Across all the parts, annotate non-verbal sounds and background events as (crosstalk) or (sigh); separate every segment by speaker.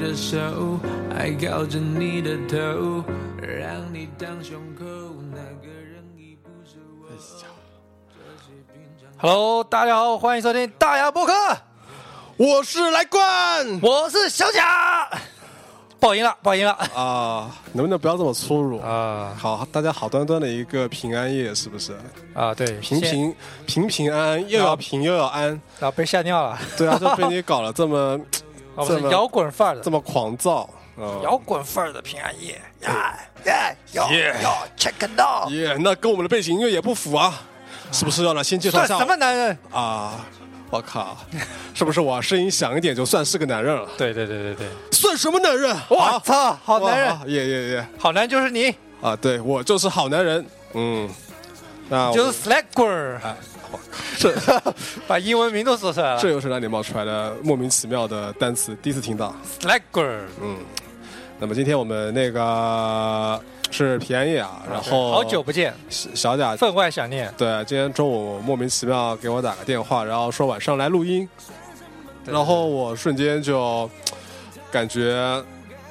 Speaker 1: 的手，还靠着你的头，让你当胸口那个人已不是我。
Speaker 2: Hello，大家好，欢迎收听大牙播客，
Speaker 3: 我是来冠
Speaker 2: 我是小贾，爆音了，爆音了
Speaker 3: 啊、能不能不要这么粗鲁？
Speaker 2: 啊
Speaker 3: 好，大家好端端的一个平安夜，是不是？
Speaker 2: (laughs) 啊！对，
Speaker 3: 平
Speaker 2: 先，
Speaker 3: 平平平安安，又
Speaker 2: 啊
Speaker 3: 要平又要安，
Speaker 2: 然后啊被吓尿了，
Speaker 3: 对啊，就被你搞了
Speaker 2: (laughs)
Speaker 3: 这么
Speaker 2: 我们
Speaker 3: 这
Speaker 2: 哦是
Speaker 3: 么
Speaker 2: 摇滚范儿
Speaker 3: 这
Speaker 2: 的，
Speaker 3: 么狂躁啊！
Speaker 2: 摇滚范儿的平安夜呀呀
Speaker 3: 耶
Speaker 2: 呀呀，check it out，
Speaker 3: 耶、那跟我们的背景音乐也不符啊，是不是要来先介绍
Speaker 2: 算
Speaker 3: 一下
Speaker 2: 什么男人？
Speaker 3: 啊？我靠，是不是我声音响一点就算是个男人了？
Speaker 2: 对对对对对，
Speaker 3: 算什么男人？
Speaker 2: 我
Speaker 3: 啊
Speaker 2: 操，好男人，
Speaker 3: 哇耶耶耶！
Speaker 2: 好男人就是你，
Speaker 3: 啊，对我就是好男人，嗯，那我
Speaker 2: 就是 Slack Girl，
Speaker 3: 这。
Speaker 2: (laughs) 把英文名都说出来了
Speaker 3: 这又啊是哪里冒出来的莫名其妙的单词？第一次听到。
Speaker 2: ，Slack Girl，
Speaker 3: 那么今天我们那个是平安夜啊，然后
Speaker 2: 好久不见，
Speaker 3: 小贾
Speaker 2: 分外想念，
Speaker 3: 对，今天中午莫名其妙给我打个电话，然后说晚上来录音，
Speaker 2: 对
Speaker 3: 然后我瞬间就感觉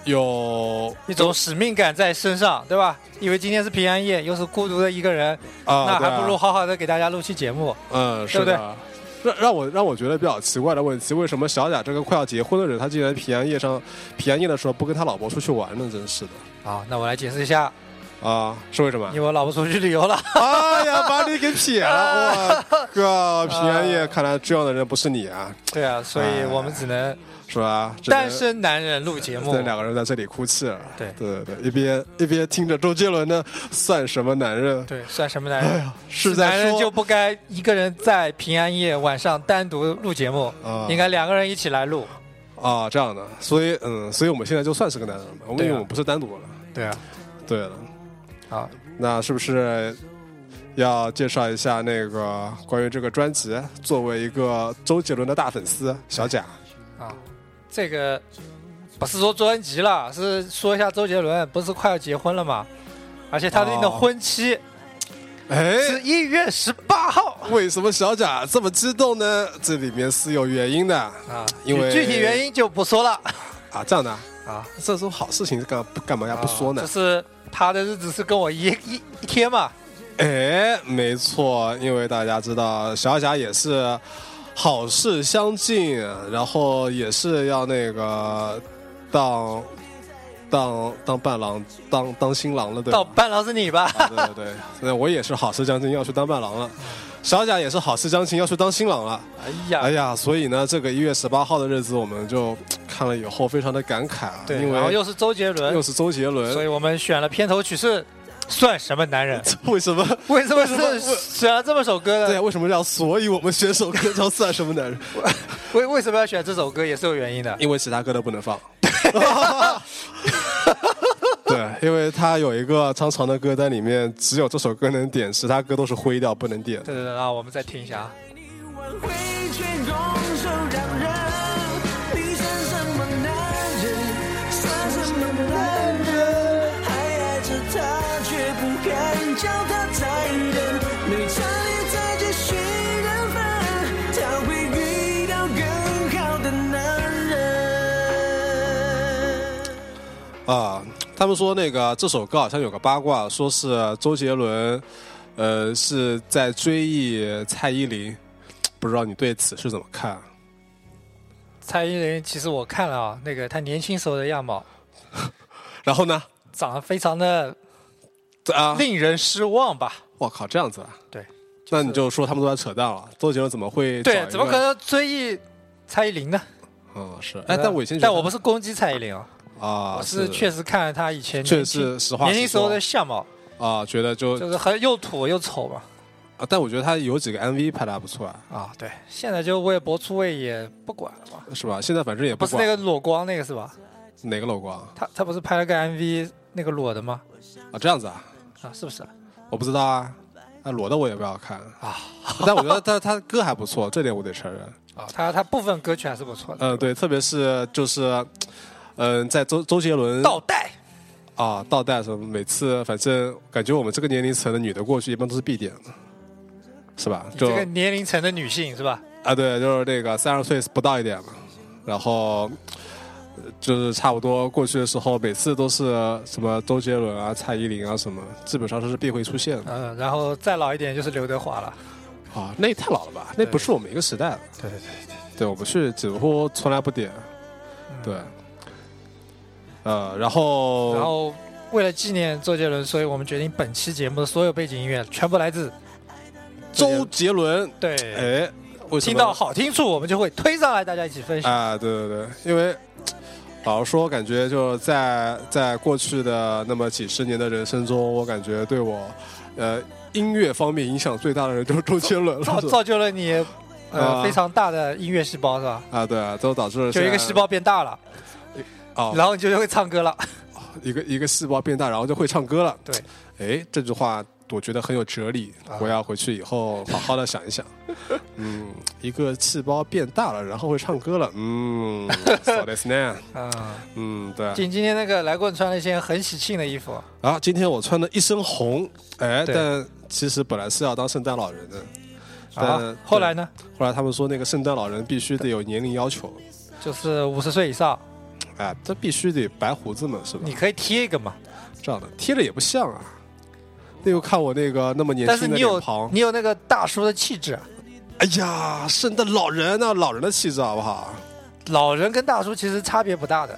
Speaker 3: 有
Speaker 2: 一种使命感在身上，对吧？因为今天是平安夜，又是孤独的一个人，
Speaker 3: 啊，
Speaker 2: 那
Speaker 3: 对
Speaker 2: 还
Speaker 3: 啊
Speaker 2: 不如好好的给大家录期节目。
Speaker 3: 嗯，是
Speaker 2: 对
Speaker 3: 的。让让我让我觉得比较奇怪的问题，为什么小贾这个快要结婚的人，他竟然平安夜上平安夜的时候不跟他老婆出去玩呢？真是的
Speaker 2: 好，那我来解释一下，
Speaker 3: 啊，是为什么？
Speaker 2: 因为我老婆出去旅
Speaker 3: (laughs)
Speaker 2: 游了。
Speaker 3: 哎呀，把你给
Speaker 2: (laughs)
Speaker 3: 撇了！我靠，平安夜，看来这样的人不是你啊，
Speaker 2: 对啊，所以我们只能
Speaker 3: 是吧？只能
Speaker 2: 单身男人录节目
Speaker 3: 这。两个人在这里哭泣了。
Speaker 2: 对
Speaker 3: 对对，一边一边听着周杰伦的《算什么男人》，
Speaker 2: 对，算什么男人？
Speaker 3: 哎是
Speaker 2: 男
Speaker 3: 在
Speaker 2: 人就
Speaker 3: 说
Speaker 2: 不该一个人在平安夜晚上单独录节目，
Speaker 3: 啊
Speaker 2: 应该两个人一起来录。
Speaker 3: 啊这样的，所以嗯，所以我们现在就算是个男人了，我们
Speaker 2: 对啊
Speaker 3: 因为我们不是单独了。
Speaker 2: 对啊，
Speaker 3: 对了，
Speaker 2: 好，
Speaker 3: 那是不是要介绍一下那个关于这个专辑？作为一个周杰伦的大粉丝，小贾
Speaker 2: 啊，这个不是说专辑了，是说一下周杰伦，不是快要结婚了吗？而且他的那个
Speaker 3: 哦
Speaker 2: 婚期
Speaker 3: 哎，
Speaker 2: (laughs) 是一月十八号
Speaker 3: 为什么小贾这么激动呢？这里面是有原因的
Speaker 2: 啊，
Speaker 3: 因为
Speaker 2: 具体原因就不说了
Speaker 3: 啊。这样的啊，
Speaker 2: (laughs) 啊。
Speaker 3: 这种好事情干嘛干嘛要不说呢
Speaker 2: 就？是他的日子是跟我一一一天嘛，
Speaker 3: 哎，没错，因为大家知道小贾也是好事相近，然后也是要那个当当当伴郎，当当新郎了，对吧
Speaker 2: 到伴郎是你吧？
Speaker 3: 啊对对对，那我也是好事将近要去当伴郎了，小贾也是好事将近要去当新郎了。
Speaker 2: 哎呀，
Speaker 3: 哎呀，所以呢，这个一月十八号的日子，我们就看了以后非常的感慨啊，
Speaker 2: 对，
Speaker 3: 因
Speaker 2: 然后
Speaker 3: 为
Speaker 2: 又是周杰伦
Speaker 3: 又，是周杰
Speaker 2: 所
Speaker 3: 伦，
Speaker 2: 以我们选了片头曲是算什么男人？
Speaker 3: (laughs) 为什么？
Speaker 2: 为什么
Speaker 3: 为什么
Speaker 2: 是选了这么首歌
Speaker 3: 对，
Speaker 2: 呢？
Speaker 3: 为什么叫？所以我们选首歌叫《算什么男人》，
Speaker 2: 为为什么要选这首歌也是有原因的。
Speaker 3: 因为其他歌都不
Speaker 2: (laughs)
Speaker 3: 能放。 (laughs) 对，因为他有一个长长的歌单，里面只有这首歌能点，其他歌都是灰掉不能点。
Speaker 2: 对对对，那我们再听一下啊。
Speaker 1: 你挽回却拱手让人，你算什么男人？算什么男人？还爱着他却不敢叫他再等，每场也在继续缘分，他会遇到更好的男人。
Speaker 3: 啊，他们说那个这首歌好像有个八卦，说是周杰伦，呃，是在追忆蔡依林，不知道你对此事怎么看？
Speaker 2: 蔡依林其实我看了啊，那个她年轻时候的样貌，
Speaker 3: 然后呢？
Speaker 2: 长得非常的
Speaker 3: 啊，
Speaker 2: 令人失望吧？
Speaker 3: 我靠，这样子啊？
Speaker 2: 对，
Speaker 3: 那你就说他们都在扯淡了。周杰伦怎么会？
Speaker 2: 对，怎么可？能追忆蔡依林呢？
Speaker 3: 嗯，是。哎，但我以前觉得
Speaker 2: 但我不是攻击蔡依林啊，
Speaker 3: 啊，
Speaker 2: 我是确
Speaker 3: 实
Speaker 2: 实看了她以前
Speaker 3: 确
Speaker 2: 年轻
Speaker 3: 实实话
Speaker 2: 年轻
Speaker 3: 实
Speaker 2: 时候
Speaker 3: 说
Speaker 2: 的相貌，
Speaker 3: 啊，觉得就
Speaker 2: 就是很又土又丑嘛。
Speaker 3: 啊，但我觉得他有几个 MV 拍的还不错啊，
Speaker 2: 啊，对，现在就为博出位也不管了嘛，
Speaker 3: 是吧？现在反正也
Speaker 2: 不是那
Speaker 3: 管
Speaker 2: 个裸光那个是吧？
Speaker 3: 哪个老光啊
Speaker 2: 他他不是拍了个 MV 那个裸的吗？
Speaker 3: 啊，这样子啊，
Speaker 2: 啊，是不是？
Speaker 3: 我不知道啊。啊，裸的我也不要看
Speaker 2: (laughs) 啊，
Speaker 3: 但我觉得他他歌还不错，这点我得承认。
Speaker 2: 啊，他他部分歌曲还是不错的，
Speaker 3: 嗯，对，特别是就是，嗯、在周周杰伦
Speaker 2: 倒带
Speaker 3: 啊倒带什么，每次反正感觉我们这个年龄层的女的过去一般都是必点的，是吧？
Speaker 2: 你
Speaker 3: 就
Speaker 2: 嗯这个年龄层的女性是吧？
Speaker 3: 啊，对，就是那个三十岁不到一点嘛，然后就是差不多过去的时候，每次都是什么周杰伦啊、蔡依林啊什么，基本上都是必会出现的
Speaker 2: 嗯，然后再老一点就是刘德华了。
Speaker 3: 啊。那也太老了吧？那不是我们一个时代的。
Speaker 2: 对对对，嗯
Speaker 3: 对，我们是几乎从来不点。对，呃，然后
Speaker 2: 然后为了纪念周杰伦，所以我们决定本期节目的所有背景音乐全部来自
Speaker 3: 周杰伦，
Speaker 2: 对。
Speaker 3: 哎，为什么
Speaker 2: 听到好听处，我们就会推上来，大家一起分享。
Speaker 3: 啊，对对对，因为老实说，感觉就是在在过去的那么几十年的人生中，我感觉对我呃音乐方面影响最大的人就是周杰伦
Speaker 2: 造
Speaker 3: 了。
Speaker 2: 造就了你，呃，
Speaker 3: 啊
Speaker 2: 非常大的音乐细胞是吧？
Speaker 3: 啊，对啊，都导致了
Speaker 2: 就一个细胞变大了，
Speaker 3: 哦，
Speaker 2: 然后你就会唱歌了。
Speaker 3: 啊一个一个细胞变大，然后就会唱歌了。
Speaker 2: 对，啊
Speaker 3: 哎，这句话我觉得很有哲理，我要回去以后好好的想一想。嗯，一个细胞变大了，然后会唱歌了。嗯，so this man。
Speaker 2: 嗯，
Speaker 3: 嗯，对。
Speaker 2: 今今天那个来棍穿了一件很喜庆的衣服，
Speaker 3: 啊，今天我穿的一身红，哎，
Speaker 2: 对
Speaker 3: 但其实本来是要当圣诞老人的，但
Speaker 2: 啊，后来呢，
Speaker 3: 对？后来他们说那个圣诞老人必须得有年龄要求，
Speaker 2: 就是五十岁以上，
Speaker 3: 哎，这必须得白胡子嘛，是吧
Speaker 2: 你？可以贴一个嘛，
Speaker 3: 这样的贴了也不像啊。那又看我那个那么年
Speaker 2: 但是
Speaker 3: 轻的
Speaker 2: 你
Speaker 3: 脸
Speaker 2: 有
Speaker 3: 庞，
Speaker 2: 你有那个大叔的气质啊，
Speaker 3: 哎呀，圣诞老人那、老人的气质好不好？
Speaker 2: 老人跟大叔其实差别不大的，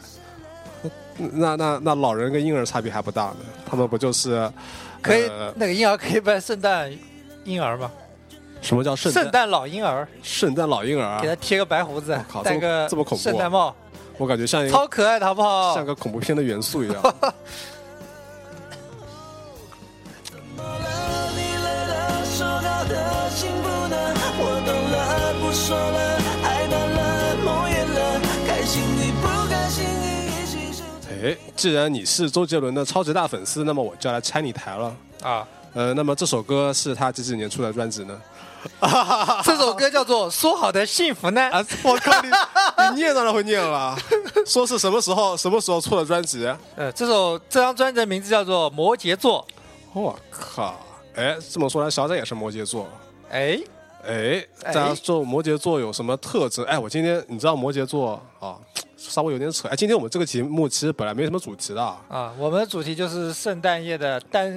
Speaker 3: 那那那老人跟婴儿差别还不大呢，他们不就是
Speaker 2: 可以
Speaker 3: 呃
Speaker 2: 那个婴儿可以扮圣诞婴儿嘛，
Speaker 3: 什么叫圣
Speaker 2: 圣
Speaker 3: 诞
Speaker 2: 诞老婴儿，
Speaker 3: 圣诞老婴儿啊
Speaker 2: 给？他贴个白胡子
Speaker 3: 我靠，这
Speaker 2: 戴
Speaker 3: 么
Speaker 2: 个
Speaker 3: 这么恐怖啊
Speaker 2: 圣诞帽，
Speaker 3: 我感觉像一个
Speaker 2: 超可爱的好不好？
Speaker 3: 像个恐怖片的元素一样。 (laughs)
Speaker 1: 我了，你累了，说好的幸福呢？我懂了，不说了，爱淡了，梦远了，开心与不开心一起受。
Speaker 3: 哎，既然你是周杰伦的超级大粉丝，那么我就要来拆你台了。
Speaker 2: 啊，
Speaker 3: 呃，那么这首歌是他几几年出的专辑呢？
Speaker 2: 这首歌叫做《说好的幸福呢》
Speaker 3: 啊，我靠你，你 (laughs) 念当然会念了。说是什么时候什么时候出的专辑？哦
Speaker 2: 呃，这首这张专辑的名字叫做《摩羯座
Speaker 3: 我靠！哎，这么说来，小展也是摩羯座。》。
Speaker 2: 哎，
Speaker 3: 哎，大
Speaker 2: 哎
Speaker 3: 家说摩羯座有什么特质？哎，我今天你知道摩羯座啊，稍微有点扯。哎，今天我们这个节目其实本来没什么主题的啊，
Speaker 2: 啊，我们的主题就是圣诞夜的单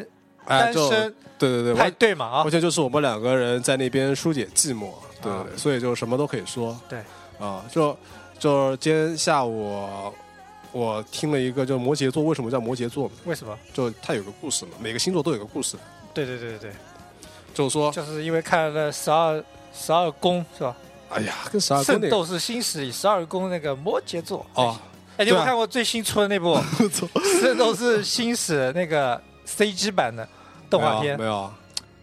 Speaker 3: 哎，
Speaker 2: 单
Speaker 3: 就
Speaker 2: 身
Speaker 3: 对对对，
Speaker 2: 派
Speaker 3: 完
Speaker 2: 对嘛啊
Speaker 3: 完。全就是我们两个人在那边疏解寂寞，对对对，所以就什么都可以说。
Speaker 2: 对，
Speaker 3: 啊，就就是今天下午我听了一个，就摩羯座为什么叫摩羯座嘛，
Speaker 2: 为什么？
Speaker 3: 就它有个故事嘛，每个星座都有个故事，
Speaker 2: 对对对对对，
Speaker 3: 就是说，
Speaker 2: 就是因为看了十二十二宫是吧？
Speaker 3: 哎呀，跟十二宫
Speaker 2: 圣
Speaker 3: 那个
Speaker 2: 斗士星矢里十二宫那个摩羯座。
Speaker 3: 哦，
Speaker 2: 哎，你有没
Speaker 3: 对啊
Speaker 2: 有看过最新出的那
Speaker 3: (laughs)
Speaker 2: 部《圣斗士星矢》那个 CG 版的动画片
Speaker 3: 没有？没有，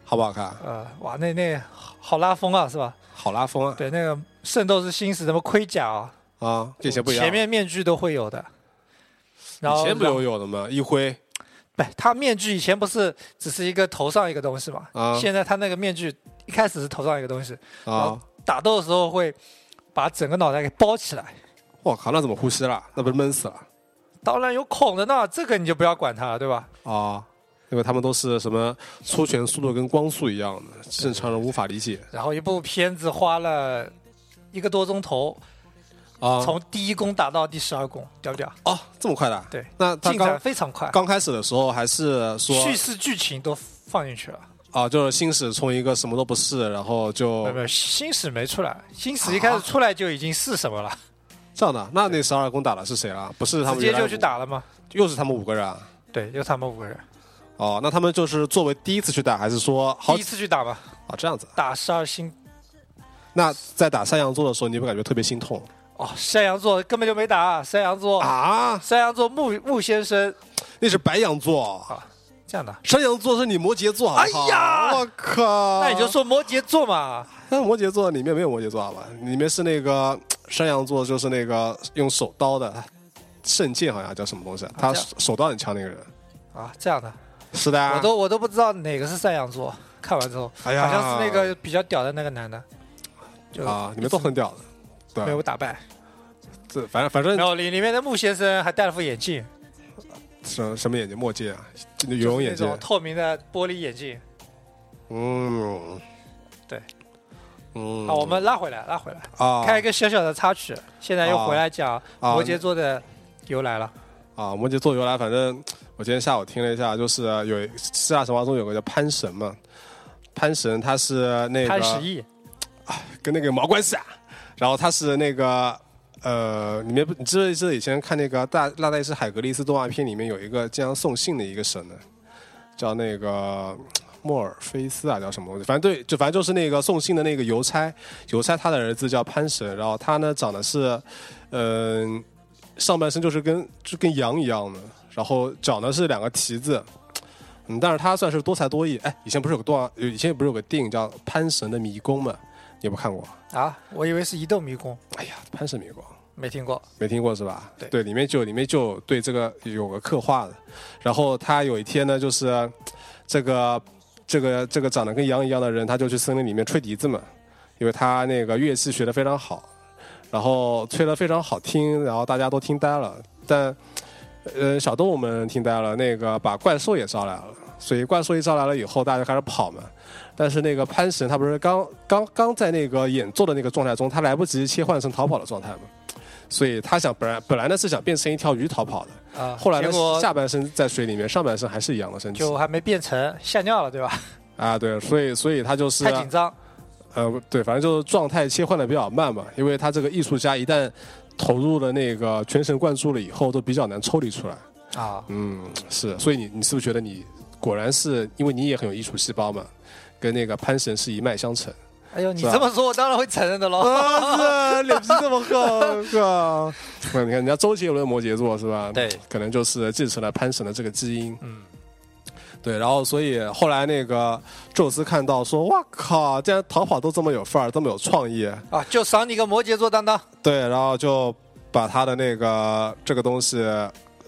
Speaker 3: 好不好看？
Speaker 2: 呃，哇，那那好好拉风啊，是吧？
Speaker 3: 好拉风啊
Speaker 2: 对，那个《圣斗士星矢》什么盔甲啊，
Speaker 3: 啊，这些不一样，
Speaker 2: 前面面具都会有的。然后
Speaker 3: 以前不有有的吗？一辉
Speaker 2: 不，他面具以前不是只是一个头上一个东西嘛？
Speaker 3: 啊
Speaker 2: 现在他那个面具一开始是头上一个东西，然后
Speaker 3: 啊，
Speaker 2: 打斗的时候会把整个脑袋给包起来。
Speaker 3: 我靠，那怎么呼吸了？那不是闷死了
Speaker 2: 当然有孔的呢，这个你就不要管它了，对吧？
Speaker 3: 啊？因为他们都是什么出拳速度跟光速一样的，正常人无法理解
Speaker 2: 然后一部片子花了一个多钟头，
Speaker 3: 啊。
Speaker 2: 从第一宫打到第十二宫，屌不屌？
Speaker 3: 哦，这么快的啊？
Speaker 2: 对
Speaker 3: 那他
Speaker 2: 进
Speaker 3: 刚
Speaker 2: 展非常快，
Speaker 3: 刚开始的时候还是说
Speaker 2: 叙事剧情都放进去了。
Speaker 3: 啊，就是星矢从一个什么都不是，然后就
Speaker 2: 没有没有，星矢没出来，星
Speaker 3: 啊
Speaker 2: 矢一开始出来就已经是什么了，
Speaker 3: 这样的。那那十二宫打的是谁啊？不是他们
Speaker 2: 直接
Speaker 3: 原来
Speaker 2: 就去
Speaker 3: 五，
Speaker 2: 打了嘛。
Speaker 3: 又是他们五个人啊。
Speaker 2: 对，就他们五个人，
Speaker 3: 哦，那他们就是作为第一次去打，还是说
Speaker 2: 第
Speaker 3: 好
Speaker 2: 一次去打嘛，
Speaker 3: 啊这样子？
Speaker 2: 打十二星
Speaker 3: 那在打山羊座的时候，你有没有感觉特别心痛
Speaker 2: 哦，山羊座根本就没打，山羊座，
Speaker 3: 啊？
Speaker 2: 山羊座木木先生
Speaker 3: 那是白羊座，
Speaker 2: 啊，这样的，
Speaker 3: 山羊座是你摩羯座，好不好
Speaker 2: 哎呀
Speaker 3: 我靠！
Speaker 2: 那你就说摩羯座嘛，
Speaker 3: 那摩羯座里面没有摩羯座好吧？里面是那个山羊座，就是那个用手刀的圣剑，好像叫什么东西啊？他
Speaker 2: 这样
Speaker 3: 手手刀很强那个人。
Speaker 2: 啊，这样的，
Speaker 3: 是的、啊，
Speaker 2: 我都我都不知道哪个是山羊座，看完之后，
Speaker 3: 哎呀
Speaker 2: 好像是那个比较屌的那个男的，就
Speaker 3: 啊，你们都很屌的。
Speaker 2: 没有
Speaker 3: 对，
Speaker 2: 打败，
Speaker 3: 这反正反正
Speaker 2: 然后里里面的木先生还戴了副眼镜，
Speaker 3: 什什么眼镜，墨镜啊，游泳眼
Speaker 2: 就是那种，
Speaker 3: 镜
Speaker 2: 透明的玻璃眼镜，
Speaker 3: 嗯，
Speaker 2: 对，
Speaker 3: 嗯
Speaker 2: 啊，我们拉回来，拉回来，
Speaker 3: 啊
Speaker 2: 开一个小小的插曲，现在又回来讲
Speaker 3: 啊
Speaker 2: 摩羯座的由来了。
Speaker 3: 啊，摩羯座由来，反正我今天下午听了一下，就是有一希腊神话中有个叫潘神嘛，潘神他是那
Speaker 2: 潘石
Speaker 3: 个
Speaker 2: 屹，
Speaker 3: 跟那个有毛关系啊，然后他是那个呃，里面不，你知不知道以前看那个大拉戴斯海格力斯动画片里面有一个经常送信的一个神呢，叫那个。莫尔菲斯啊，叫什么东西？反正对，就反正就是那个送信的那个邮差，邮差他的儿子叫潘神，然后他呢长得是，嗯、上半身就是跟就跟羊一样的，然后脚呢是两个蹄子，嗯，但是他算是多才多艺。哎，以前不是有个动画，有以前不是有个电影叫《潘神的迷宫》吗？你有没有看过？
Speaker 2: 啊，我以为是移动迷宫，
Speaker 3: 哎呀，《潘神迷宫》
Speaker 2: 没听过。
Speaker 3: 没听过是吧？
Speaker 2: 对
Speaker 3: 里面就里面就有对这个有个刻画的。然后他有一天呢，就是这个这个这个长得跟羊一样的人，他就去森林里面吹笛子嘛，因为他那个乐器学得非常好，然后吹得非常好听，然后大家都听呆了。但呃，小动物们听呆了，那个把怪兽也招来了，所以怪兽一招来了以后，大家就开始跑嘛。但是那个潘神他不是刚刚刚在那个演奏的那个状态中，他来不及切换成逃跑的状态嘛，所以他想本来本来呢是想变成一条鱼逃跑的，
Speaker 2: 啊，
Speaker 3: 后来呢
Speaker 2: 结果
Speaker 3: 下半身在水里面，上半身还是一样的身体
Speaker 2: 就还没变成，吓尿了，对吧？
Speaker 3: 啊，对，所以所以他就是啊
Speaker 2: 太紧张，
Speaker 3: 呃对，反正就是状态切换的比较慢嘛，因为他这个艺术家一旦投入了那个全神贯注了以后，都比较难抽离出来。
Speaker 2: 啊，
Speaker 3: 嗯，是，所以你你是不是觉得你果然是因为你也很有艺术细胞嘛，跟那个潘神是一脉相承？
Speaker 2: 哎呦，你
Speaker 3: 是吧
Speaker 2: 这么说，我当然会承认的喽。
Speaker 3: 啊，脸皮这么厚，是吧？那你看人家周杰伦摩羯座是吧？
Speaker 2: 对
Speaker 3: 可能就是继承了潘神的这个基因。
Speaker 2: 嗯，
Speaker 3: 对，然后所以后来那个宙斯看到说，哇靠，竟然逃跑都这么有范儿，这么有创意，
Speaker 2: 啊，就赏你个摩羯座担当。
Speaker 3: 对，然后就把他的那个这个东西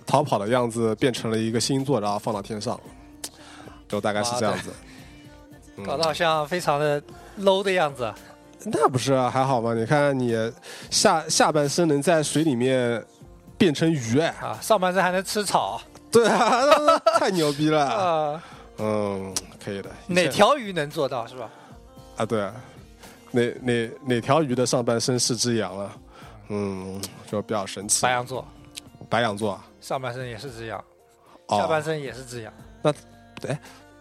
Speaker 3: 逃跑的样子变成了一个星座，然后放到天上，就大概是这样子。嗯
Speaker 2: 搞得好像非常的 low 的样子。
Speaker 3: 那不是啊还好吗？你看你下下半身能在水里面变成鱼，哎，
Speaker 2: 啊，上半身还能吃草
Speaker 3: (laughs) 对啊，太牛逼
Speaker 2: 啊、 (laughs)
Speaker 3: 了。
Speaker 2: 呃
Speaker 3: 嗯，可以的。
Speaker 2: 哪条鱼能做到是吧？
Speaker 3: 啊？对啊，哪哪哪条鱼的上半身是只羊啊？嗯，就比较神奇。
Speaker 2: 白羊座
Speaker 3: 白羊座啊，
Speaker 2: 上半身也是这样，
Speaker 3: 哦
Speaker 2: 下半身也是这样。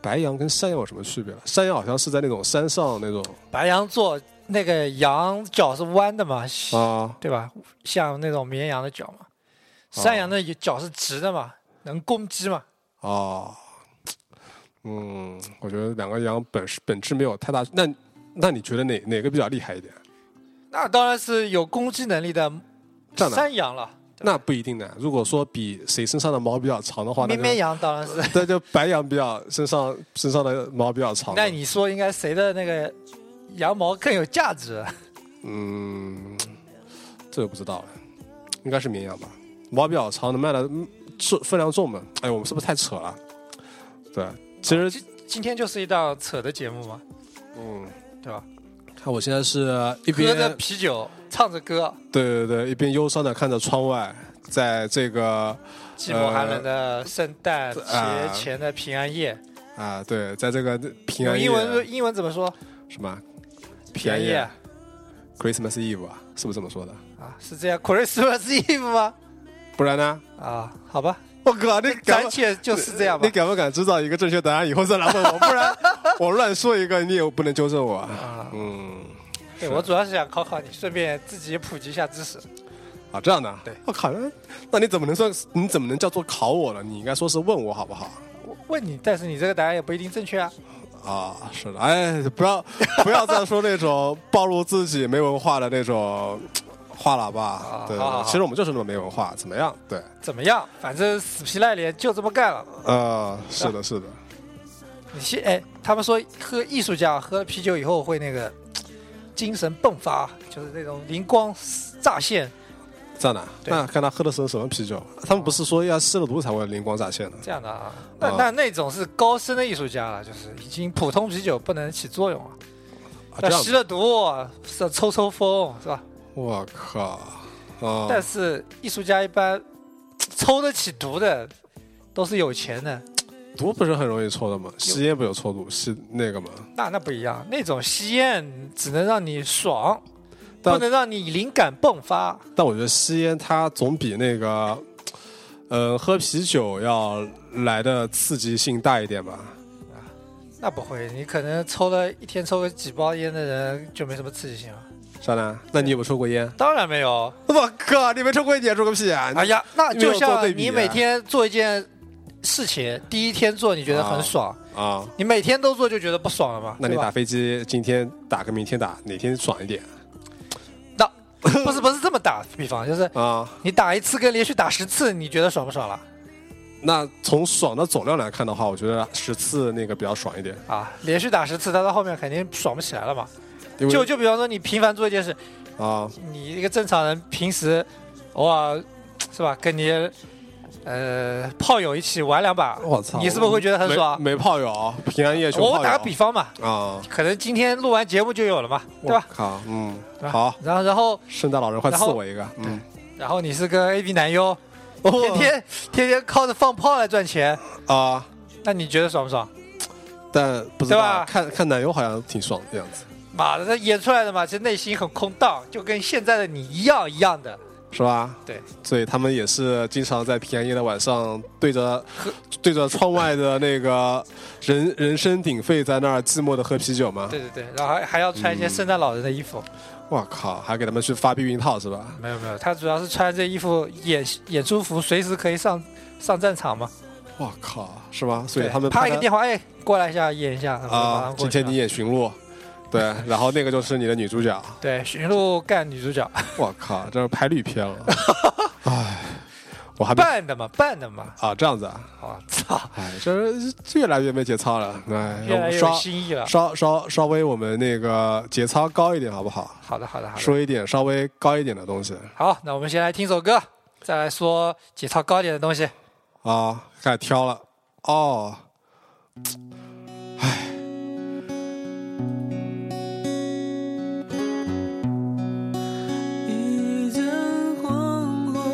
Speaker 3: 白羊跟山羊有什么区别了？啊山羊好像是在那种山上那种
Speaker 2: 白羊座那个羊角是弯的嘛，
Speaker 3: 啊、
Speaker 2: 对吧？像那种绵羊的角嘛，山羊的角是直的嘛，能攻击嘛？
Speaker 3: 哦，嗯，我觉得两个羊本是本质没有太大。那那你觉得哪哪个比较厉害一点？
Speaker 2: 那当然是有攻击能力的
Speaker 3: 战狼
Speaker 2: 山羊了。
Speaker 3: 那不一定的。如果说比谁身上的毛比较长的话，那
Speaker 2: 绵
Speaker 3: 就
Speaker 2: 绵羊当然是。
Speaker 3: (laughs) 对，就白羊比较身上身上的毛比较长。
Speaker 2: 那你说应该谁的那个羊毛更有价
Speaker 3: (laughs)
Speaker 2: 值？
Speaker 3: 嗯，这个不知道了，应该是绵羊吧？毛比较长，能卖的嗯重分量重嘛？哎，我们是不是太扯了？对，其实
Speaker 2: 今今天就是一档扯的节目嘛，
Speaker 3: 嗯，
Speaker 2: 对吧？
Speaker 3: 看我现在是一
Speaker 2: 喝
Speaker 3: 边
Speaker 2: 着啤酒，唱着歌，
Speaker 3: 对对对，一边忧伤的看着窗外，在这个
Speaker 2: 寂寞寒冷的
Speaker 3: 呃
Speaker 2: 圣诞节
Speaker 3: 啊
Speaker 2: 前的平安夜，
Speaker 3: 啊、对，在这个平
Speaker 2: 用
Speaker 3: 安夜啊
Speaker 2: 英文英文怎么说？
Speaker 3: 什么
Speaker 2: 平安夜
Speaker 3: Christmas Eve 啊，是不是这么说的？
Speaker 2: 啊，是这样，Christmas Eve 吗？
Speaker 3: 不然呢？
Speaker 2: 啊，好吧，
Speaker 3: 我靠，你敢
Speaker 2: 暂且就是这样吧
Speaker 3: 你。敢不敢知道一个正确答案以后再来问我？不 (laughs) 然我乱说一个，你也不能纠正我啊。
Speaker 2: 啊，
Speaker 3: 嗯，
Speaker 2: 对我主要是想考考你，顺便自己也普及一下知识。
Speaker 3: 啊，这样的啊。
Speaker 2: 对
Speaker 3: 我靠，那那你怎么能算？你怎么能叫做考我呢？你应该说是问我好不好？
Speaker 2: 我问你，但是你这个答案也不一定正确啊。
Speaker 3: 啊，是的，哎，不要不要再说那种暴露自己没文化的那种话了吧？对
Speaker 2: 啊好好好
Speaker 3: 其实我们就是那么没文化，怎么样？对，
Speaker 2: 怎么样？反正死皮赖脸就这么干了。
Speaker 3: 呃，是
Speaker 2: 啊
Speaker 3: 的，是的，
Speaker 2: 你现哎，他们说喝艺术家喝了啤酒以后会那个精神迸发，啊就是那种灵光乍现，
Speaker 3: 在哪？
Speaker 2: 对啊
Speaker 3: 那看他喝的是什么啤酒？他们不是说要吸了毒才会灵光乍现的？
Speaker 2: 这样的啊，那
Speaker 3: 啊
Speaker 2: 那那种是高深的艺术家了，就是已经普通啤酒不能起作用了，
Speaker 3: 啊，
Speaker 2: 要
Speaker 3: 这样
Speaker 2: 吸
Speaker 3: 子，
Speaker 2: 了毒是抽抽风是吧？
Speaker 3: 我靠，啊，
Speaker 2: 但是艺术家一般抽得起毒的都是有钱的，
Speaker 3: 毒不是很容易抽的吗？吸烟不有抽毒吸那个吗？
Speaker 2: 那那不一样，那种吸烟只能让你爽，
Speaker 3: 但
Speaker 2: 不能让你灵感迸发。
Speaker 3: 但我觉得吸烟它总比那个，呃，喝啤酒要来的刺激性大一点吧。
Speaker 2: 那不会，你可能抽了一天抽个几包烟的人就没什么刺激性了。
Speaker 3: 渣男，那你有没有抽过烟？
Speaker 2: 当然没有。
Speaker 3: 我靠，你没抽过，你也抽个屁啊！
Speaker 2: 哎呀，那
Speaker 3: 因为
Speaker 2: 就
Speaker 3: 我做
Speaker 2: 像
Speaker 3: 对比
Speaker 2: 你
Speaker 3: 啊
Speaker 2: 每天做一件事情，第一天做你觉得很爽，
Speaker 3: 啊，
Speaker 2: 你每天都做就觉得不爽了嘛？
Speaker 3: 那你
Speaker 2: 对吧
Speaker 3: 打飞机今天打跟明天打，哪天爽一点
Speaker 2: 那不是不是这么打比方，就是
Speaker 3: 啊？
Speaker 2: 你打一次跟连续打十次，你觉得爽不爽了？
Speaker 3: 那从爽的总量来看的话，我觉得十次那个比较爽一点，
Speaker 2: 啊，连续打十次，他到后面肯定爽不起来了嘛。
Speaker 3: 因为
Speaker 2: 就就比方说你频繁做一件事，
Speaker 3: 啊，
Speaker 2: 你一个正常人平时偶尔是吧，跟你呃炮友一起玩两把，
Speaker 3: 我操
Speaker 2: 你是不是会觉得很
Speaker 3: 没
Speaker 2: 爽？
Speaker 3: 没炮友，平安夜求炮友。
Speaker 2: 我打个比方嘛，
Speaker 3: 啊，
Speaker 2: 可能今天录完节目就有了嘛，对
Speaker 3: 我
Speaker 2: 吧？
Speaker 3: 靠，嗯，
Speaker 2: 对吧
Speaker 3: 好，
Speaker 2: 然后然后
Speaker 3: 圣诞老人快
Speaker 2: 然
Speaker 3: 赐
Speaker 2: 后
Speaker 3: 我一个，嗯，
Speaker 2: 然后你是个 A B 男优，天
Speaker 3: 哦
Speaker 2: 天天天靠着放炮来赚钱，
Speaker 3: 啊，
Speaker 2: 那你觉得爽不爽？
Speaker 3: 但不知
Speaker 2: 对
Speaker 3: 道
Speaker 2: 吧
Speaker 3: 看看奶油好像挺爽的样子，
Speaker 2: 妈的，那演出来的嘛，其实内心很空荡，就跟现在的你一样一样的。
Speaker 3: 是吧？
Speaker 2: 对，
Speaker 3: 所以他们也是经常在平安夜的晚上对着对着窗外的那个人人声鼎沸，在那儿寂寞的喝啤酒吗？
Speaker 2: 对对对，然后还还要穿
Speaker 3: 嗯
Speaker 2: 一些圣诞老人的衣服。
Speaker 3: 我靠，还给他们去发避孕套是吧？
Speaker 2: 没有没有，他主要是穿这衣服演演出服，随时可以上上战场嘛。
Speaker 3: 我靠，是吗？所以
Speaker 2: 对
Speaker 3: 他们
Speaker 2: 啪一个
Speaker 3: 拍
Speaker 2: 电话，哎，过来一下演一下然后马
Speaker 3: 啊
Speaker 2: 上，过
Speaker 3: 今
Speaker 2: 去了
Speaker 3: 天你演驯鹿，对，然后那个就是你的女主角，
Speaker 2: 对寻路干女主角，
Speaker 3: 我靠，这是拍绿
Speaker 2: (laughs)
Speaker 3: 片了，唉，我还没
Speaker 2: 扮的嘛，扮的嘛，
Speaker 3: 啊这样子啊。
Speaker 2: 我操，
Speaker 3: 哎，这是越来越没节操了。哎，
Speaker 2: 越来越有
Speaker 3: 稍
Speaker 2: 新意了。
Speaker 3: 稍稍稍微我们那个节操高一点好不好？
Speaker 2: 好的好的好的，
Speaker 3: 说一点稍微高一点的东西
Speaker 2: 好，那我们先来听首歌，再来说节操高点的东西。
Speaker 3: 啊，开始挑了哦。
Speaker 4: 一盏晃晃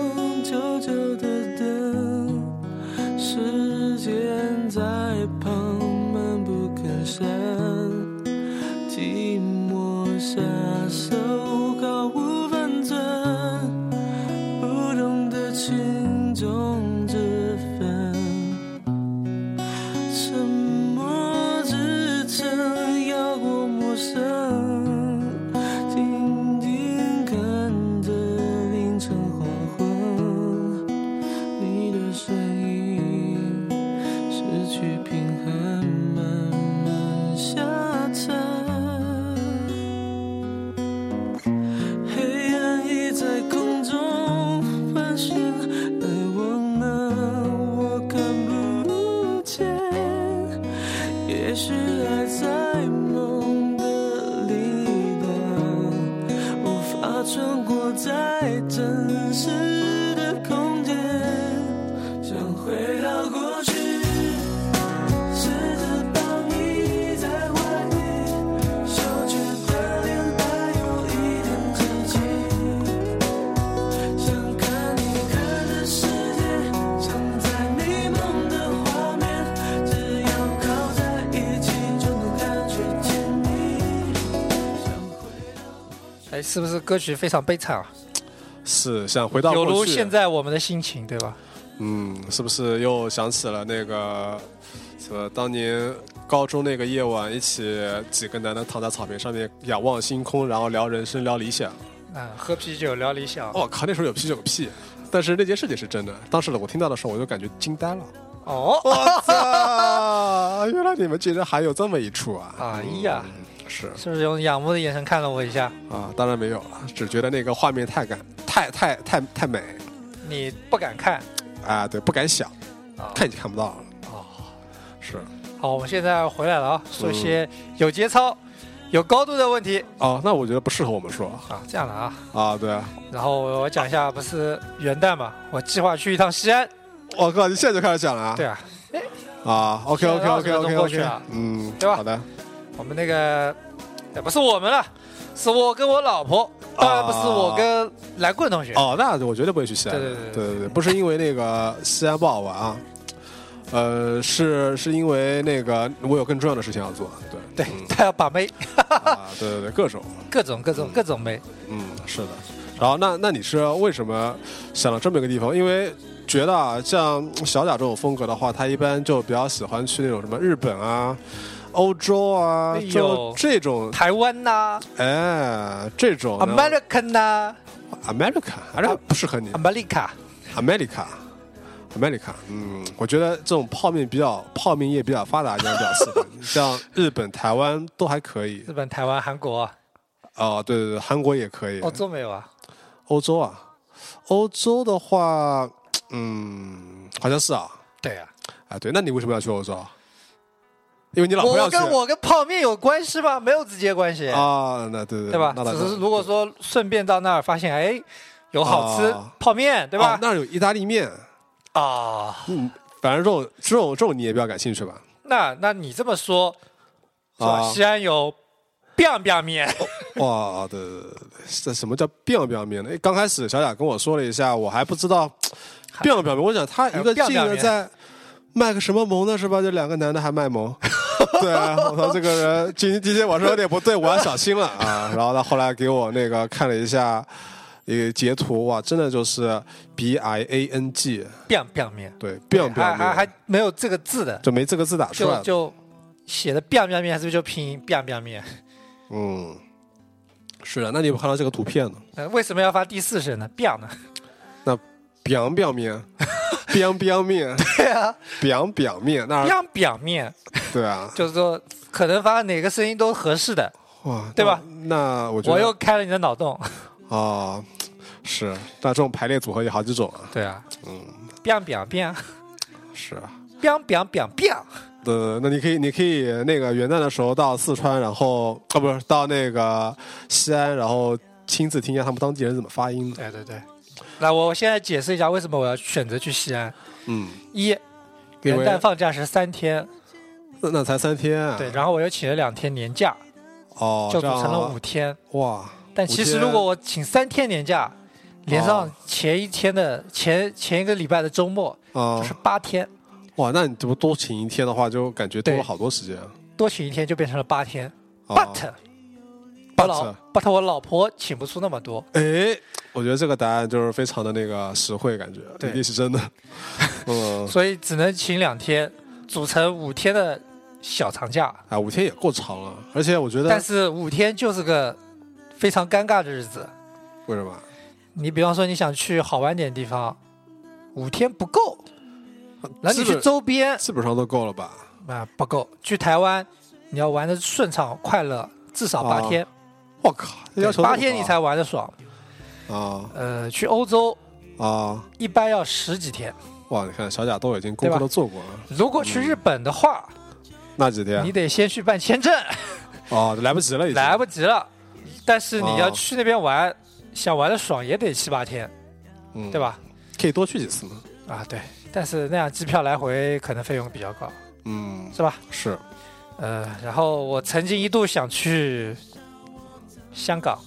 Speaker 4: 旧旧的灯，时间在旁闷不吭声，寂寞下手毫无分寸，不懂得轻重之分。沉默支撑，绕过陌生，静静看着凌晨黄昏，你的身影失去平衡，慢慢下沉。黑暗已在空中盘旋，而我呢，我看不见。也许还在梦的另一端，无法穿过在真实的空间，想回到过去。试着抱你在怀里，羞怯的脸带有一点稚气。想看你看的世界，想在你梦的画面，只要靠在一起就能感觉甜蜜。想回
Speaker 2: 哎，是不是歌曲非常悲惨啊？
Speaker 3: 是想回到
Speaker 2: 有如
Speaker 3: 过去，
Speaker 2: 现在我们的心情，对吧？
Speaker 3: 嗯，是不是又想起了那个什么当年高中那个夜晚，一起几个男的躺在草坪上面仰望星空，然后聊人生、聊理想。
Speaker 2: 嗯，喝啤酒聊理想。
Speaker 3: 我、靠，那时候有啤酒个屁！但是那件事情是真的，当时我听到的时候，我就感觉惊呆了。
Speaker 2: (laughs) 哦，
Speaker 3: 我操！原来你们竟然还有这么一出啊！
Speaker 2: 哎呀
Speaker 3: 嗯，是
Speaker 2: 是不是用仰慕的眼神看了我一下？
Speaker 3: 啊，当然没有了，只觉得那个画面太感太太太太美
Speaker 2: 你不敢看
Speaker 3: 啊，对，不敢想，
Speaker 2: 啊？
Speaker 3: 看也看不到了。
Speaker 2: 哦
Speaker 3: 是
Speaker 2: 好，我们现在回来了啊，说一
Speaker 3: 嗯
Speaker 2: 些有节操、有高度的问题
Speaker 3: 哦，那我觉得不适合我们说
Speaker 2: 啊，这样的啊。
Speaker 3: 啊。对，
Speaker 2: 然后我讲一下，不是元旦嘛，我计划去一趟西安。
Speaker 3: 我靠，哦你现在就开始讲了啊？
Speaker 2: 对啊，
Speaker 3: 啊，OK OK OK
Speaker 2: 现在
Speaker 3: OK
Speaker 2: 绕着这
Speaker 3: OK，
Speaker 2: 个东
Speaker 3: 嗯，
Speaker 2: 啊对吧
Speaker 3: 好的，
Speaker 2: 我们那个，哎不是我们了，是我跟我老婆，当然不是
Speaker 3: 啊
Speaker 2: 我跟蓝棍 (laughs)
Speaker 3: 哦
Speaker 2: 同学。
Speaker 3: 哦，那我绝对不会去西安的。
Speaker 2: 对对对
Speaker 3: 对对不是因为那个西安不好玩啊，呃，是是因为那个我有更重要的事情要做，对嗯
Speaker 2: 对，他要把妹，
Speaker 3: 啊，对对对，各种，
Speaker 2: 各种各种各种妹。
Speaker 3: 嗯，是的。然后那那你是为什么想到这么一个地方？因为觉得啊，像小贾这种风格的话，他一般就比较喜欢去那种什么日本啊、欧洲啊
Speaker 2: 哎，呦
Speaker 3: 就这种，
Speaker 2: 台湾呐、
Speaker 3: 哎，这种
Speaker 2: a m e r i c a n 呐
Speaker 3: America 还是不适合你
Speaker 2: ，America，
Speaker 3: ，America。America，嗯，我觉得这种泡面比较泡面业比较发达，应该比较适合你。像日本、台湾都还可以，
Speaker 2: 日本、台湾、韩国、啊
Speaker 3: 哦，对对对，韩国也可以。
Speaker 2: 欧洲没有啊？
Speaker 3: 欧洲啊，欧洲的话，嗯，好像是啊，
Speaker 2: 对啊，
Speaker 3: 啊对，那你为什么要去欧洲啊？因为你老婆要
Speaker 2: 我
Speaker 3: 去
Speaker 2: 跟我跟泡面有关系吗？没有直接关系，
Speaker 3: 啊，那对对
Speaker 2: 对吧？
Speaker 3: 那
Speaker 2: 只是如果说顺便到那儿发现，哎，有好吃、
Speaker 3: 啊
Speaker 2: 泡面，对
Speaker 3: 对
Speaker 2: 吧？
Speaker 3: 那儿有意大利面，
Speaker 2: 啊，
Speaker 3: 嗯，反正这种这种这种你也比较感兴趣吧？
Speaker 2: 那那你这么说，是吧？
Speaker 3: 啊哦
Speaker 2: 西安有 biang biang 面，
Speaker 3: (laughs) 哇，对对对对，这什么叫 biang biang 面呢？哎刚开始小雅跟我说了一下，我还不知道 biang biang 面，我想他一个
Speaker 2: 还有
Speaker 3: 劲
Speaker 2: biang biang
Speaker 3: 的
Speaker 2: 面
Speaker 3: 在卖个什么萌呢，是吧？这两个男的还
Speaker 2: (laughs)
Speaker 3: 卖萌。对啊，我操，这个人今今天晚上有点不对，我要小心了啊！然后他后来给我那个看了一下一个截图，哇，真的就是 b i a n g，
Speaker 2: biang biang 面，
Speaker 3: 对，biang
Speaker 2: 还
Speaker 3: biang
Speaker 2: 还
Speaker 3: 面，
Speaker 2: 还没有这个字的，
Speaker 3: 就没这个字打出
Speaker 2: 就
Speaker 3: 来了。
Speaker 2: 就写的 biang biang 面，是不是就拼音 biang biang 面？ (laughs)
Speaker 3: 嗯，是的，那你有没有看到这个图片呢？
Speaker 2: 呃，为什么要发第四声呢？biang 呢？
Speaker 3: 那 biang biang 面，biang biang 面。
Speaker 2: (laughs) 对啊
Speaker 3: 表表面，那
Speaker 2: ，biang biang 面，
Speaker 3: 对啊，
Speaker 2: 就是说可能发哪个声音都合适的。
Speaker 3: 哇，
Speaker 2: 对吧
Speaker 3: 那？那我觉得
Speaker 2: 我又开了你的脑洞。 (laughs)
Speaker 3: 啊、是，那这种排列组合有好几种啊，
Speaker 2: 对啊，
Speaker 3: 嗯，
Speaker 2: biang biang biang
Speaker 3: 是啊，
Speaker 2: biang biang biang biang，
Speaker 3: 呃，那你可以，你可以那个元旦的时候到四川，然后啊，不是到那个西安，然后亲自听一下他们当地人怎么发音的。
Speaker 2: 对对对。那我现在解释一下为什么我要选择去西安。
Speaker 3: 嗯，
Speaker 2: 一，
Speaker 3: 因
Speaker 2: 元
Speaker 3: 为
Speaker 2: 旦放假是三天，
Speaker 3: 那那才三天、啊，
Speaker 2: 对，，然后我又请了两天年假，
Speaker 3: 哦，
Speaker 2: 就
Speaker 3: 这
Speaker 2: 组
Speaker 3: 样
Speaker 2: 成了五天。
Speaker 3: 哇，
Speaker 2: 但其实
Speaker 3: 五天哦
Speaker 2: 如果我请三天年假，连上前一天的前前一个礼拜的周末，
Speaker 3: 啊、
Speaker 2: 就是八天，
Speaker 3: 哇，那你这不多请一天的话，就感觉多了好多时间。
Speaker 2: 多请一天就变成了八天。
Speaker 3: 啊
Speaker 2: But 我老
Speaker 3: but
Speaker 2: but 我老婆请不出那么多，
Speaker 3: 哎，我觉得这个答案就是非常的那个实惠，感觉
Speaker 2: 对
Speaker 3: 一定是真的。
Speaker 2: (laughs)
Speaker 3: 嗯，
Speaker 2: 所以只能请两天，组成五天的小长假。
Speaker 3: 啊，五天也够长了，而且我觉得
Speaker 2: 但是五天就是个非常尴尬的日子。
Speaker 3: 为什么？
Speaker 2: 你比方说你想去好玩点地方，五天不够，然后你
Speaker 3: 基
Speaker 2: 去
Speaker 3: 本
Speaker 2: 周边
Speaker 3: 基本上都够了吧？
Speaker 2: 啊不够，去台湾你要玩的顺畅快乐，至少八
Speaker 3: 啊
Speaker 2: 天，
Speaker 3: 我靠，这要求
Speaker 2: 八
Speaker 3: 这么
Speaker 2: 天你才玩的爽。
Speaker 3: 高啊
Speaker 2: 呃，去欧洲
Speaker 3: 啊啊！
Speaker 2: 一般要十几天，
Speaker 3: 哇，你看小贾都已经
Speaker 2: 对
Speaker 3: 功
Speaker 2: 吧
Speaker 3: 课都做过了，
Speaker 2: 如果去日本的话，
Speaker 3: 嗯那几天
Speaker 2: 你得先去办签证，
Speaker 3: 哦来不及了已经。
Speaker 2: 来不及了。但是你要
Speaker 3: 哦
Speaker 2: 去那边玩，想玩的爽也得七八天，
Speaker 3: 嗯
Speaker 2: 对？吧？
Speaker 3: 可以多去几次呢。
Speaker 2: 啊，对，但是那样机票来回可能费用比较高，
Speaker 3: 嗯，
Speaker 2: 是吧？
Speaker 3: 是
Speaker 2: 呃，然后我曾经一度想去香港，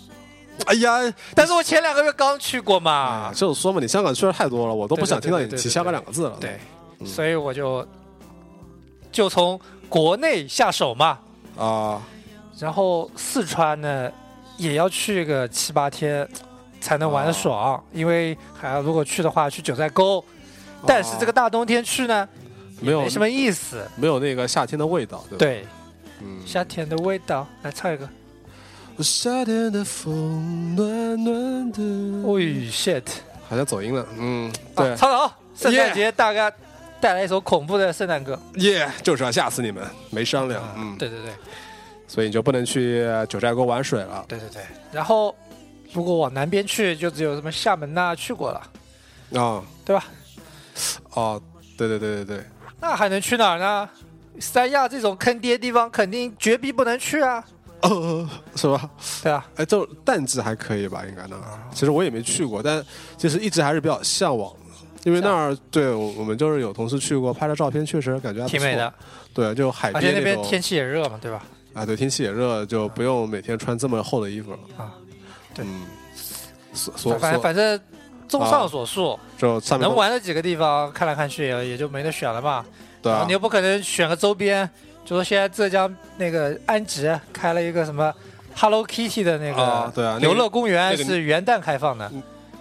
Speaker 3: 哎呀，
Speaker 2: 但是我前两个月刚去过
Speaker 3: 啊，
Speaker 2: 嘛，
Speaker 3: 就说嘛，你香港去的太多了，我都
Speaker 2: 对
Speaker 3: 不
Speaker 2: 对
Speaker 3: 想听到
Speaker 2: 对
Speaker 3: 你
Speaker 2: 对
Speaker 3: 提
Speaker 2: 对
Speaker 3: 香港
Speaker 2: 对
Speaker 3: 两个字了。
Speaker 2: 对，
Speaker 3: 嗯
Speaker 2: 所以我就就从国内下手嘛，
Speaker 3: 啊，
Speaker 2: 然后四川呢也要去个七八天才能
Speaker 3: 哦
Speaker 2: 玩得爽，因为还要如果去的话去九寨沟，但是这个大冬天去呢
Speaker 3: 没有
Speaker 2: 没什么意思，
Speaker 3: 没有那个夏天的味道，对吧？
Speaker 2: 对，
Speaker 3: 嗯
Speaker 2: 夏天的味道，来唱一个，
Speaker 3: 夏天的风暖暖的，
Speaker 2: 哦 shit。
Speaker 3: 好像走音了。嗯，
Speaker 2: 啊
Speaker 3: 对，
Speaker 2: 唱得好！圣诞节大家带来一首恐怖的圣诞歌。
Speaker 3: 耶，就是要吓死你们，没商量。嗯，
Speaker 2: 啊对对对
Speaker 3: 所以你就不能去九寨沟玩水了。
Speaker 2: 对对对。然后，如果往南边去，就只有什么厦门呐、去过了，
Speaker 3: 啊，
Speaker 2: 对吧？
Speaker 3: 哦，对对对对对，
Speaker 2: 那还能去哪儿呢？三亚这种坑爹地方肯定绝逼不能去啊，
Speaker 3: 呃， (laughs) 是吧？
Speaker 2: 对啊，
Speaker 3: 哎，就淡季还可以吧，应该呢。其实我也没去过，但其实一直还是比较向往的。因为那儿对我我们就是有同事去过，拍的照片确实感觉还不
Speaker 2: 挺美
Speaker 3: 错
Speaker 2: 的，，
Speaker 3: 对，就海
Speaker 2: 而且
Speaker 3: 边
Speaker 2: 那边
Speaker 3: 种
Speaker 2: 天气也热嘛，对吧？
Speaker 3: 啊，对，天气也热，就不用每天穿这么厚的衣服了。
Speaker 2: 啊，对
Speaker 3: 嗯，所所
Speaker 2: 反反
Speaker 3: 所，啊
Speaker 2: 反正综上所述，
Speaker 3: 就上面
Speaker 2: 能玩的几个地方看来看去也也就没得选了嘛。
Speaker 3: 对
Speaker 2: 然后
Speaker 3: 啊
Speaker 2: 你，又不可能选个周边，就说现在浙江那个安吉开了一个什么 Hello Kitty 的那
Speaker 3: 啊
Speaker 2: 个
Speaker 3: 对啊那个
Speaker 2: 游乐公园
Speaker 3: 那个
Speaker 2: 是元旦开放的，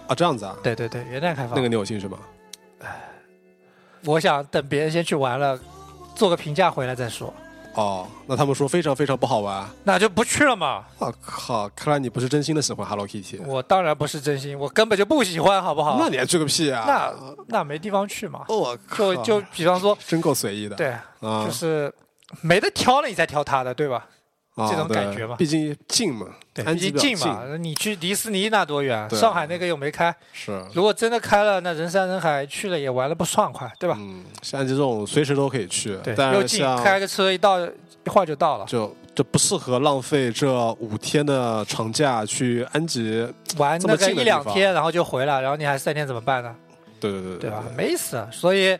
Speaker 3: 啊这样子啊，
Speaker 2: 对对对，元旦开放。
Speaker 3: 那个你有兴趣吗？
Speaker 2: 我想等别人先去玩了，做个评价回来再说，
Speaker 3: 哦，那他们说非常非常不好玩。
Speaker 2: 那就不去了嘛。
Speaker 3: 我靠，看来你不是真心的喜欢 Hello Kitty，
Speaker 2: 我当然不是真心，我根本就不喜欢，好不好？
Speaker 3: 那你还去个屁啊！
Speaker 2: 那那没地方去嘛，
Speaker 3: 哦我靠，
Speaker 2: 就就比方说，
Speaker 3: 真够随意的。
Speaker 2: 对，
Speaker 3: 啊，
Speaker 2: 就是没得挑了，你才挑它的，对吧？
Speaker 3: 啊
Speaker 2: 这种
Speaker 3: 对
Speaker 2: 感觉吧
Speaker 3: 毕竟近嘛，
Speaker 2: 对，
Speaker 3: 安
Speaker 2: 毕
Speaker 3: 吉
Speaker 2: 竟
Speaker 3: 比较
Speaker 2: 近嘛，你去迪士尼那多远？
Speaker 3: 对啊
Speaker 2: 上海那个又没开。
Speaker 3: 是。
Speaker 2: 如果真的开了，那人山人海，去了也玩的不爽快，对吧？
Speaker 3: 嗯，像安吉这种随时都可以去，
Speaker 2: 对，
Speaker 3: 但
Speaker 2: 又
Speaker 3: 是
Speaker 2: 近，
Speaker 3: 像
Speaker 2: 开个车一到一会儿就到了，
Speaker 3: 就就不适合浪费这五天的长假去安吉。
Speaker 2: 玩
Speaker 3: 这么
Speaker 2: 那个一
Speaker 3: 近的地
Speaker 2: 两
Speaker 3: 方
Speaker 2: 天，然后就回来，然后你还三天怎么办呢？
Speaker 3: 对对对
Speaker 2: 对吧？没意思。所以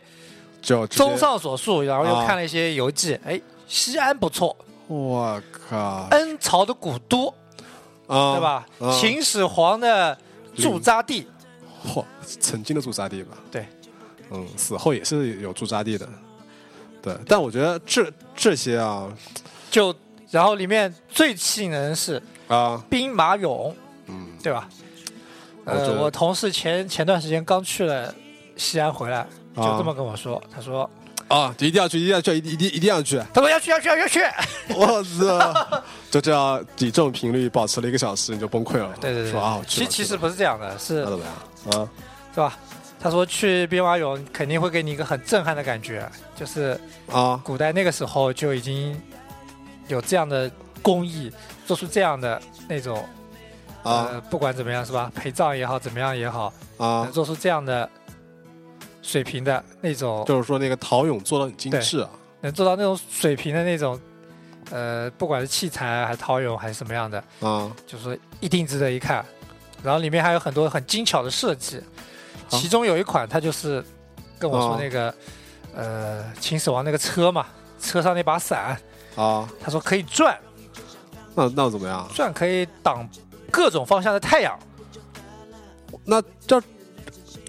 Speaker 3: 就直接
Speaker 2: 综，上所述，然后
Speaker 3: 啊
Speaker 2: 又看了一些游记，哎，西安不错，
Speaker 3: 我靠，
Speaker 2: 恩朝的古都，
Speaker 3: 啊，
Speaker 2: 哎对？吧
Speaker 3: 啊？
Speaker 2: 秦始皇的驻扎地，
Speaker 3: 嗯嚯，曾经的驻扎地吧，
Speaker 2: 对，
Speaker 3: 嗯，死后也是有驻扎地的，对。但我觉得这这些啊
Speaker 2: 就然后里面最吸引人是
Speaker 3: 啊，
Speaker 2: 兵马俑，
Speaker 3: 嗯，
Speaker 2: 对吧？
Speaker 3: 我觉
Speaker 2: 呃，
Speaker 3: 得
Speaker 2: 我同事前前段时间刚去了西安回来，就这么跟我说，他说，
Speaker 3: 啊，一定要去，一定要去，一定一定一定要去！
Speaker 2: 他说要去要去要去，
Speaker 3: 我 (laughs) 操，就这样以这种频率保持了一个小时，你就崩溃了。
Speaker 2: (laughs) 对对对
Speaker 3: 说啊，我
Speaker 2: 对，
Speaker 3: 去
Speaker 2: 其
Speaker 3: 了
Speaker 2: 其
Speaker 3: 去
Speaker 2: 实
Speaker 3: 了
Speaker 2: 不是这样的，是
Speaker 3: 那怎么样啊？
Speaker 2: 是吧？他说去兵马俑肯定会给你一个很震撼的感觉，就是
Speaker 3: 啊，
Speaker 2: 古代那个时候就已经有这样的工艺，做出这样的那种
Speaker 3: 啊
Speaker 2: 呃，不管怎么样是吧？陪葬也好，怎么样也好，能
Speaker 3: 啊！
Speaker 2: 做出这样的水平的那种，
Speaker 3: 就是说那个陶俑做的很精致啊，
Speaker 2: 能做到那种水平的那种，呃，不管是器材还是陶俑还是什么样的，
Speaker 3: 啊，
Speaker 2: 就是一定值得一看。然后里面还有很多很精巧的设计，
Speaker 3: 啊
Speaker 2: 其中有一款它就是跟我说
Speaker 3: 哦
Speaker 2: 那个，呃，秦始皇那个车嘛，车上那把伞，
Speaker 3: 啊，
Speaker 2: 他说可以转，
Speaker 3: 那那怎么样？
Speaker 2: 转可以挡各种方向的太阳。
Speaker 3: 那这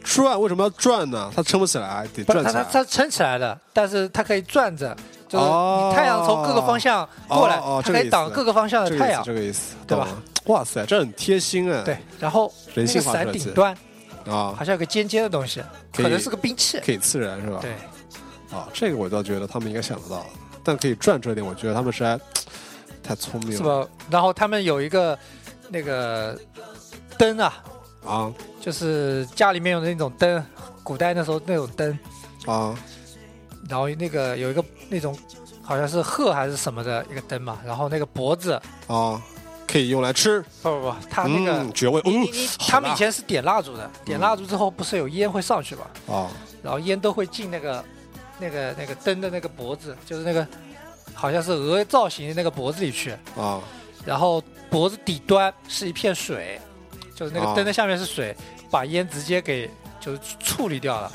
Speaker 3: 转为什么要转呢？它撑不起来，得
Speaker 2: 不是
Speaker 3: 转
Speaker 2: 它
Speaker 3: 起
Speaker 2: 它
Speaker 3: 来。
Speaker 2: 它撑起来的，但是它可以转着，就是
Speaker 3: 哦
Speaker 2: 你太阳从各个方向过来，
Speaker 3: 哦哦
Speaker 2: 它
Speaker 3: 这
Speaker 2: 可
Speaker 3: 个
Speaker 2: 以挡各个方向
Speaker 3: 这
Speaker 2: 的
Speaker 3: 个
Speaker 2: 太
Speaker 3: 意思，
Speaker 2: 阳。
Speaker 3: 这个意思，
Speaker 2: 对吧
Speaker 3: 懂了？哇塞，这很贴心哎。
Speaker 2: 对，然后那
Speaker 3: 人
Speaker 2: 个
Speaker 3: 性化
Speaker 2: 伞
Speaker 3: 设计
Speaker 2: 顶端
Speaker 3: 啊
Speaker 2: 好，像有个尖尖的东西，
Speaker 3: 可以
Speaker 2: 可能是个兵 (laughs) 器。
Speaker 3: 可以刺人是吧？
Speaker 2: 对，
Speaker 3: 啊，这个我倒觉得他们应该想得到，但可以转这点，我觉得他们实在太聪明
Speaker 2: 是
Speaker 3: 了
Speaker 2: 吧？然后他们有一个那个灯啊，
Speaker 3: 啊
Speaker 2: 就是家里面有的那种灯，古代那时候那种灯，
Speaker 3: 啊
Speaker 2: 然后那个有一个那种好像是鹤还是什么的一个灯嘛，然后那个脖子
Speaker 3: 啊，可以用来吃，
Speaker 2: 不不不，它啊那个。
Speaker 3: 嗯，爵位，
Speaker 2: 你
Speaker 3: 嗯
Speaker 2: 你你，
Speaker 3: 好嗯
Speaker 2: 他们
Speaker 3: 辣
Speaker 2: 以前是点蜡烛的，点蜡烛之后不是有烟会上去嘛，
Speaker 3: 啊
Speaker 2: 然后烟都会进那个、那个、那个灯的那个脖子，就是那个好像是鹅造型的那个脖子里去，
Speaker 3: 啊
Speaker 2: 然后脖子底端是一片水，就是那
Speaker 3: 哦
Speaker 2: 个灯的下面是水，把烟直接给就是处理掉了。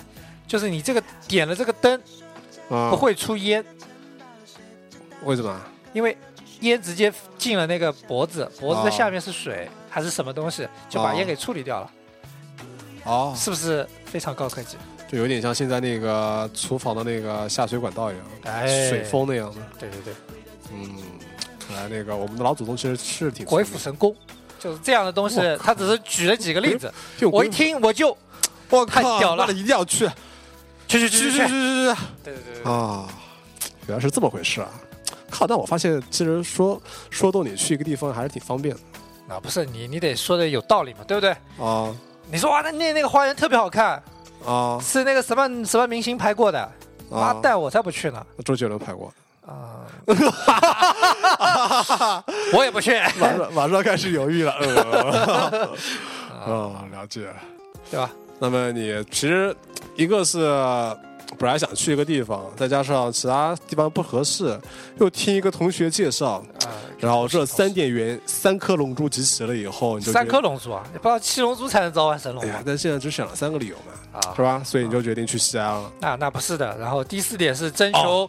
Speaker 2: 就是你这个点了这个灯
Speaker 3: 啊，
Speaker 2: 不会出烟，
Speaker 3: 为什么？
Speaker 2: 因为烟直接进了那个脖子，脖子
Speaker 3: 哦
Speaker 2: 的下面是水、还是什么东西，就把
Speaker 3: 哦
Speaker 2: 烟给处理掉了，
Speaker 3: 哦，
Speaker 2: 是不是非常高科技？
Speaker 3: 就有点像现在那个厨房的那个下水管道一样，
Speaker 2: 哎
Speaker 3: 水封那样的。
Speaker 2: 对对对，
Speaker 3: 嗯，看来那个我们的老祖宗其实是挺
Speaker 2: 鬼斧
Speaker 3: 聪明的
Speaker 2: 神工，就是这样的东西
Speaker 3: 我。
Speaker 2: 他只是举了几个例
Speaker 3: (laughs)
Speaker 2: 子，
Speaker 3: 用
Speaker 2: 我一
Speaker 3: 鬼斧，
Speaker 2: 听我就
Speaker 3: 我
Speaker 2: 太
Speaker 3: 靠
Speaker 2: 屌了
Speaker 3: 妈的一定
Speaker 2: (laughs)
Speaker 3: 要去，
Speaker 2: 去去
Speaker 3: 去去
Speaker 2: 去去去，
Speaker 3: 去 (laughs) 去去
Speaker 2: 对对对对，
Speaker 3: 啊！原来是这么回事啊！靠，但我发现其实说说动你去一个地方还是挺方便的
Speaker 2: 啊不是你你得说的有道理嘛，对不对？
Speaker 3: 啊
Speaker 2: 你说哇，那那那个花园特别好看，
Speaker 3: 啊
Speaker 2: 是那个什么什么明星拍过的，妈
Speaker 3: 啊！
Speaker 2: 蛋，我才不去呢！
Speaker 3: 周杰伦拍过，
Speaker 2: 啊， (laughs) 我也不去，
Speaker 3: 马上马上开始犹豫了，呃
Speaker 2: (laughs)
Speaker 3: 啊，了解。
Speaker 2: 对吧？
Speaker 3: 那么你其实一个是本来想去一个地方，再加上其他地方不合适，又听一个同学介绍，
Speaker 2: 啊，
Speaker 3: 然后这三点元三颗龙珠集齐了以后，你就觉
Speaker 2: 三
Speaker 3: 得
Speaker 2: 颗。龙珠啊，你不知道七龙珠才能召唤神龙
Speaker 3: 哎
Speaker 2: 吗
Speaker 3: 呀，？但现在只想了三个理由嘛，
Speaker 2: 啊
Speaker 3: 是，吧？所以你就决定去西安了。
Speaker 2: 那那不是的。然后第四点是征求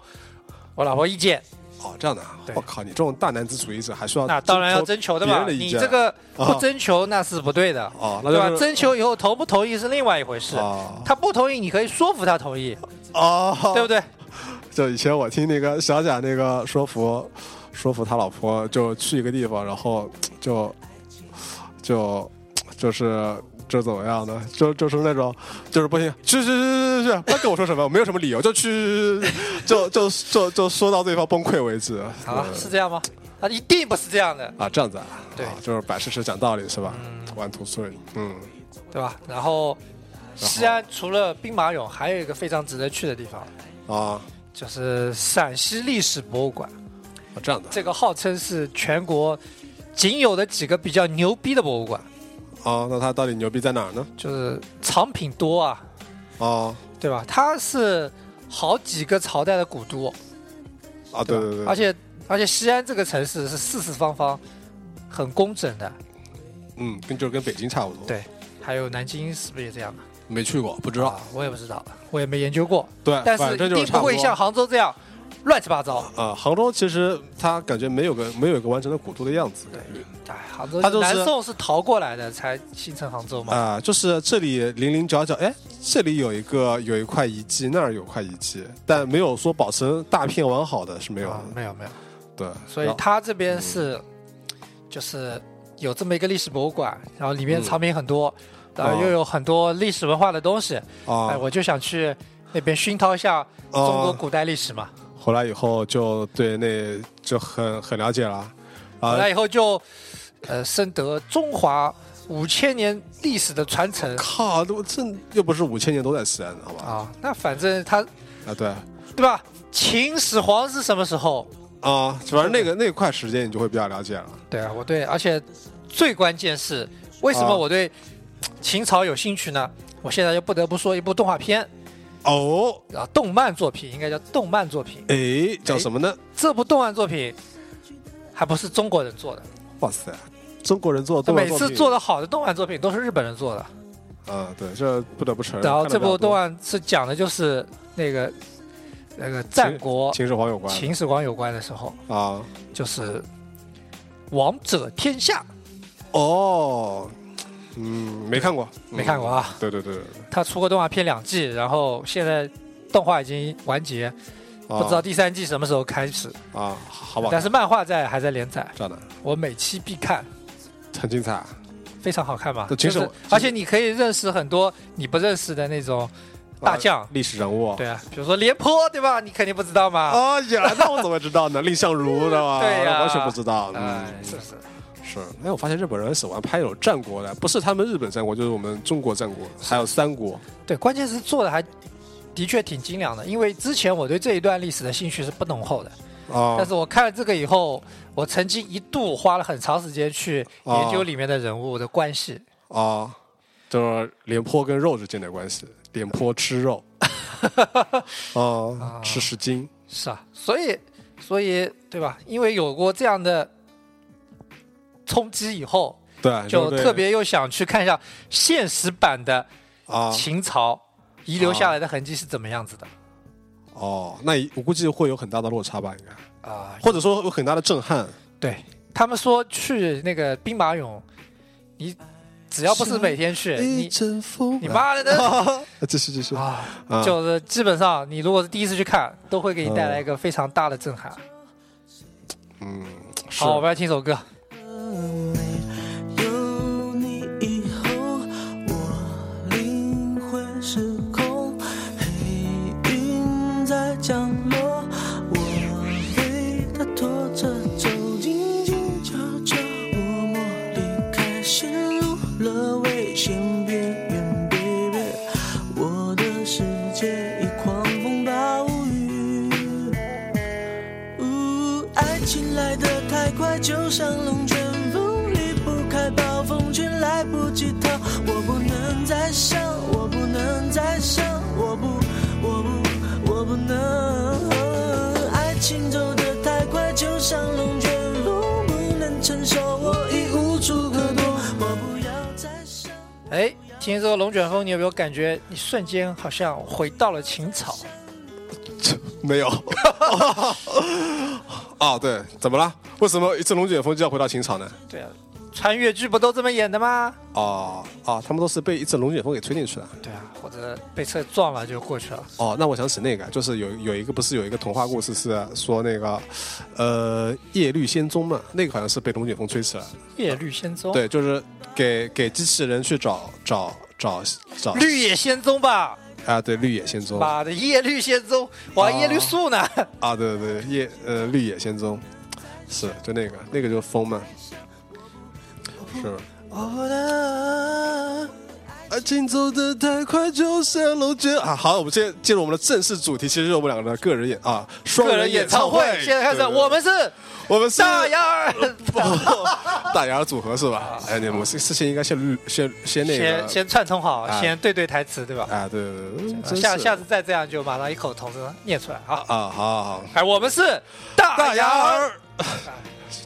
Speaker 2: 我老婆意见，
Speaker 3: 哦，这样的啊，
Speaker 2: 对
Speaker 3: 我靠，你这种大男子主义者还需要
Speaker 2: 那当然要
Speaker 3: 哦征
Speaker 2: 征求的
Speaker 3: 别
Speaker 2: 嘛。
Speaker 3: 人的意
Speaker 2: 你
Speaker 3: 见
Speaker 2: 这个
Speaker 3: 啊
Speaker 2: 不征求那是不对的，
Speaker 3: 求哦，那
Speaker 2: 对吧？
Speaker 3: 就是
Speaker 2: 征求以后同不同意是另外一回事，
Speaker 3: 哦
Speaker 2: 他不同意你可以说服他同意，
Speaker 3: 哦，
Speaker 2: 对不对？
Speaker 3: (laughs) 就以前我听那个小贾那个说服说服他老婆，就去一个地方，然后就就就是。这怎么样呢？就就是那种，就是不行，去去去去去去，不要跟我说什么，我没有什么理由，就去，就就就就说到对方崩溃为止。
Speaker 2: 好了，是这样吗？啊，一定不是这样的，
Speaker 3: 啊，这样子啊，
Speaker 2: 对
Speaker 3: 啊就是摆事实讲道理是吧？玩图碎，嗯，
Speaker 2: 对吧？然后，西安除了兵马俑，还有一个非常值得去的地方，
Speaker 3: 啊，
Speaker 2: 就是陕西历史博物馆。
Speaker 3: 啊这样的
Speaker 2: 这个号称是全国仅有的几个比较牛逼的博物馆，
Speaker 3: 啊，那他到底牛逼在哪儿呢？
Speaker 2: 就是藏品多啊，
Speaker 3: 啊
Speaker 2: 对吧？它是好几个朝代的古都，哦
Speaker 3: 啊，对对对，
Speaker 2: 而且而且西安这个城市是四四方方，很工整的。
Speaker 3: 嗯，跟就是跟北京差不多，，
Speaker 2: 对，还有南京是不是也这样的？
Speaker 3: 没去过，不知道
Speaker 2: 啊，，我也不知道，我也没研究过，
Speaker 3: 对，
Speaker 2: 但
Speaker 3: 反
Speaker 2: 是
Speaker 3: 正
Speaker 2: 一
Speaker 3: 就是
Speaker 2: 定
Speaker 3: 差
Speaker 2: 不
Speaker 3: 多
Speaker 2: 会像杭州这样乱七八糟。
Speaker 3: 啊，杭州其实它感觉没有个没有一个完整的古都的样子，感觉
Speaker 2: 哎，杭州
Speaker 3: 它就是
Speaker 2: 南宋是逃过来的，才形成杭州嘛。
Speaker 3: 啊，就是这里零零角角，哎，这里有一个有一块遗迹，那儿有块遗迹，但没有说保存大片完好的是没有
Speaker 2: 啊
Speaker 3: 的，
Speaker 2: 没有没有，
Speaker 3: 对，
Speaker 2: 所以
Speaker 3: 然后
Speaker 2: 它这边是就是有这么一个历史博物馆，然后里面
Speaker 3: 嗯
Speaker 2: 藏品很多，然后
Speaker 3: 哦
Speaker 2: 又有很多历史文化的东西。哎，
Speaker 3: 啊，
Speaker 2: 我就想去那边熏陶一下中国
Speaker 3: 哦
Speaker 2: 古代历史嘛。
Speaker 3: 回来以后就对那就很很了解了。
Speaker 2: 回来
Speaker 3: 啊，
Speaker 2: 以后就呃深得中华五千年历史的传承
Speaker 3: 靠！我这又不是五千年都在西安的，好吧？
Speaker 2: 啊。那反正它
Speaker 3: 啊，对，
Speaker 2: 对吧？秦始皇是什么时候？
Speaker 3: 啊，反正那个那块时间你就会比较了解了。
Speaker 2: 对啊，我对，而且最关键是，为什么
Speaker 3: 啊
Speaker 2: 我对秦朝有兴趣呢？我现在又不得不说一部动画片
Speaker 3: 哦，
Speaker 2: 啊，动漫作品应该叫动漫作品。
Speaker 3: 哎，叫什么呢？
Speaker 2: 这部动漫作品还不是中国人做的，
Speaker 3: 哇塞，中国人做的动漫
Speaker 2: 每
Speaker 3: 作
Speaker 2: 次
Speaker 3: 品
Speaker 2: 做的好的动漫作品都是日本人做的。
Speaker 3: 啊，对，这不得不承认。
Speaker 2: 然后这部动
Speaker 3: 画
Speaker 2: 漫是讲的就是那个那个战国
Speaker 3: 秦始皇有关
Speaker 2: 秦始皇有关的时候，
Speaker 3: 啊，
Speaker 2: 就是王者天下，
Speaker 3: 哦，嗯，没看过，嗯
Speaker 2: 没看过。啊？
Speaker 3: 对对对，对
Speaker 2: 他出过动画片两季，然后现在动画已经完结，
Speaker 3: 啊
Speaker 2: 不知道第三季什么时候开始，
Speaker 3: 啊，好吧，
Speaker 2: 但是漫画在还在连载，
Speaker 3: 真的
Speaker 2: 我每期必看，
Speaker 3: 很精彩。
Speaker 2: 非常好看嘛。
Speaker 3: 这秦
Speaker 2: 就是
Speaker 3: 始皇
Speaker 2: 而且你可以认识很多你不认识的那种大将
Speaker 3: 啊，历史人物，
Speaker 2: 对啊，比如说廉颇，对吧？你肯定不知道嘛，
Speaker 3: 啊呀，那我怎么知道呢？ (laughs) 蔺相如知道吧？
Speaker 2: 对呀
Speaker 3: 完全不知道。嗯
Speaker 2: 哎，，是不是？
Speaker 3: 是。哎，我发现日本人喜欢拍那种战国的，不是他们日本战国，就是我们中国战国，还有三国。
Speaker 2: 对，关键是做的还的确挺精良的，因为之前我对这一段历史的兴趣是不浓厚的，
Speaker 3: 啊
Speaker 2: 但是我看了这个以后，我曾经一度花了很长时间去研究
Speaker 3: 哦
Speaker 2: 里面的人物的关系。
Speaker 3: 啊，就是廉颇跟肉之间的关系，廉颇吃肉， (laughs) 啊，吃十斤，
Speaker 2: 是啊，所以所以对吧？因为有过这样的冲击以后，
Speaker 3: 对，
Speaker 2: 就
Speaker 3: 哎对
Speaker 2: 特别又想去看一下现实版的
Speaker 3: 啊，
Speaker 2: 秦朝遗留下来的痕迹是怎么样子的
Speaker 3: 哦，那一我估计会有很大的落差吧，应该，
Speaker 2: 啊、
Speaker 3: 或者说有很大的震撼。
Speaker 2: 对他们说去那个兵马俑，你只要不是每天去，
Speaker 3: 一
Speaker 2: 你
Speaker 3: 阵风，
Speaker 2: 你妈 (laughs) 的
Speaker 3: 呃继续继续
Speaker 2: 啊！
Speaker 3: 啊
Speaker 2: 就是基本上你如果是第一次去看，都会给你带来一个非常大的震撼。
Speaker 3: 嗯，是
Speaker 2: 好，我们来听首歌。
Speaker 1: 有你以后，我灵魂失控，黑云在降落，我被它拖着走，静静悄悄，默默离开，陷入了危险边缘，baby，我的世界已狂风暴雨。呜，爱情来得太快，就像龙卷风，离不开暴风圈，来不及逃。我不能再想，我不能再想，我不，我不，我不能。爱情走得太快，就像龙卷风，不能承受，我已无处可躲。我不要再想。
Speaker 2: 哎，听这个龙卷风，你有没有感觉你瞬间好像回到了秦朝？
Speaker 3: 没有。 (laughs) 啊，对，怎么了？为什么一阵龙卷风就要回到秦朝呢？
Speaker 2: 对啊，穿越剧不都这么演的吗？
Speaker 3: 哦哦，他们都是被一阵龙卷风给吹进去的。
Speaker 2: 对啊，或者被车撞了就过去了。
Speaker 3: 哦，那我想起那个，就是有有一个不是有一个童话故事是说那个，呃，叶绿仙踪嘛，那个好像是被龙卷风吹起来的。
Speaker 2: 叶绿仙踪，，
Speaker 3: 对，就是给给机器人去找找找找
Speaker 2: 绿野仙踪吧？
Speaker 3: 啊，对，绿野仙踪
Speaker 2: 妈的，叶绿仙踪，我还
Speaker 3: 哦
Speaker 2: 叶绿素呢。
Speaker 3: 啊，对对对，叶呃绿野仙踪，是就那个那个就是风嘛，是。啊，请走的太快，就像龙卷啊！好，我们现在进入我们的正式主题，其实是我们两个的个人演啊，双
Speaker 2: 个人
Speaker 3: 哦演
Speaker 2: 演唱
Speaker 3: 会
Speaker 2: 会，。现在开始，
Speaker 3: 对对对
Speaker 2: 我们是
Speaker 3: 我们是
Speaker 2: 大牙儿，
Speaker 3: 大牙组合是吧？哎，你们事事情应该先先先那
Speaker 2: 啊先
Speaker 3: 个
Speaker 2: 先串通好，
Speaker 3: 啊
Speaker 2: 先对对台词，对吧？
Speaker 3: 啊，对对对，真
Speaker 2: 下
Speaker 3: 是
Speaker 2: 下次再这样就马上一口同声念出来啊！
Speaker 3: 啊，好好好，
Speaker 2: 哎，我们是大牙儿
Speaker 3: 儿 (laughs)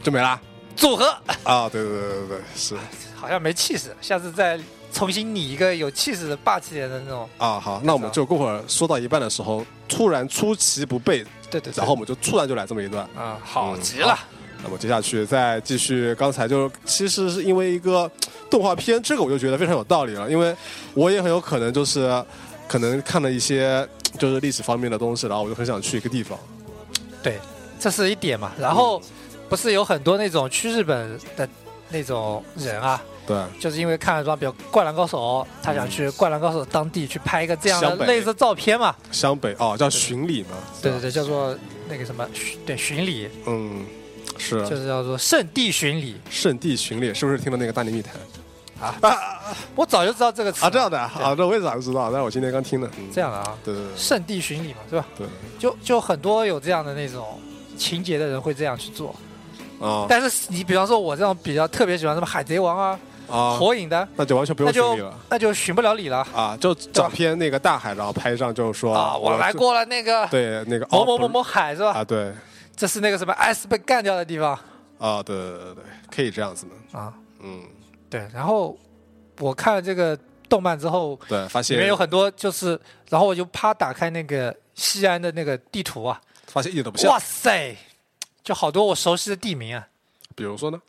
Speaker 3: 就没啦
Speaker 2: 组合，
Speaker 3: 啊！对对对对对，是
Speaker 2: 好像没气势，下次再重新拟一个有气势的、霸气点的那种。
Speaker 3: 啊，好，那我们就过会儿说到一半的时候，突然出其不备，
Speaker 2: 对对对，
Speaker 3: 然后我们就突然就来这么一段。
Speaker 2: 啊，好
Speaker 3: 嗯
Speaker 2: 极了，
Speaker 3: 那么接下去再继续，刚才就其实是因为一个动画片，这个我就觉得非常有道理了，因为我也很有可能就是可能看了一些就是历史方面的东西，然后我就很想去一个地方。
Speaker 2: 对，这是一点嘛。然后不是有很多那种去日本的那种人啊，
Speaker 3: 对，
Speaker 2: 就是因为看了装，比如《灌篮高手》，他想去《灌篮高手》当地去拍一个这样的
Speaker 3: 湘北
Speaker 2: 类似照片嘛。
Speaker 3: 湘北哦，叫巡礼嘛。
Speaker 2: 对对对，叫做那个什么巡对巡礼，
Speaker 3: 嗯，是
Speaker 2: 就是叫做圣地巡礼。
Speaker 3: 圣地巡礼，是不是听了那个大内密谈
Speaker 2: 我早就知道这个词
Speaker 3: 啊？这样的啊，这我也早就知道，但是我今天刚听的。嗯
Speaker 2: 这样的啊，
Speaker 3: 对对
Speaker 2: 圣地巡礼嘛，对吧？
Speaker 3: 对
Speaker 2: 就就很多有这样的那种情节的人会这样去做。
Speaker 3: 对啊
Speaker 2: 但是你比方说我这种比较特别喜欢什么海贼王啊、
Speaker 3: 啊，
Speaker 2: 火影的，
Speaker 3: 那就完全不
Speaker 2: 那
Speaker 3: 用
Speaker 2: 就
Speaker 3: 巡礼了
Speaker 2: 那就寻不了礼了
Speaker 3: 啊，就照片那个大海，然后拍一张就说
Speaker 2: 啊！我来，过了那个
Speaker 3: 对那个
Speaker 2: 某
Speaker 3: 哦
Speaker 2: 某某
Speaker 3: 不
Speaker 2: 某海是吧？
Speaker 3: 啊，对
Speaker 2: 这是那个什么 S 被干掉的地方
Speaker 3: 啊，对对对对，可以这样子的，
Speaker 2: 啊。
Speaker 3: 嗯，
Speaker 2: 对，然后我看了这个动漫之后，
Speaker 3: 对，发
Speaker 2: 里面
Speaker 3: 现
Speaker 2: 有很多就是，然后我就啪打开那个西安的那个地图啊，
Speaker 3: 发现一点都不
Speaker 2: 哇
Speaker 3: 像，
Speaker 2: 塞，就好多我熟悉的地名啊，
Speaker 3: 比如说呢，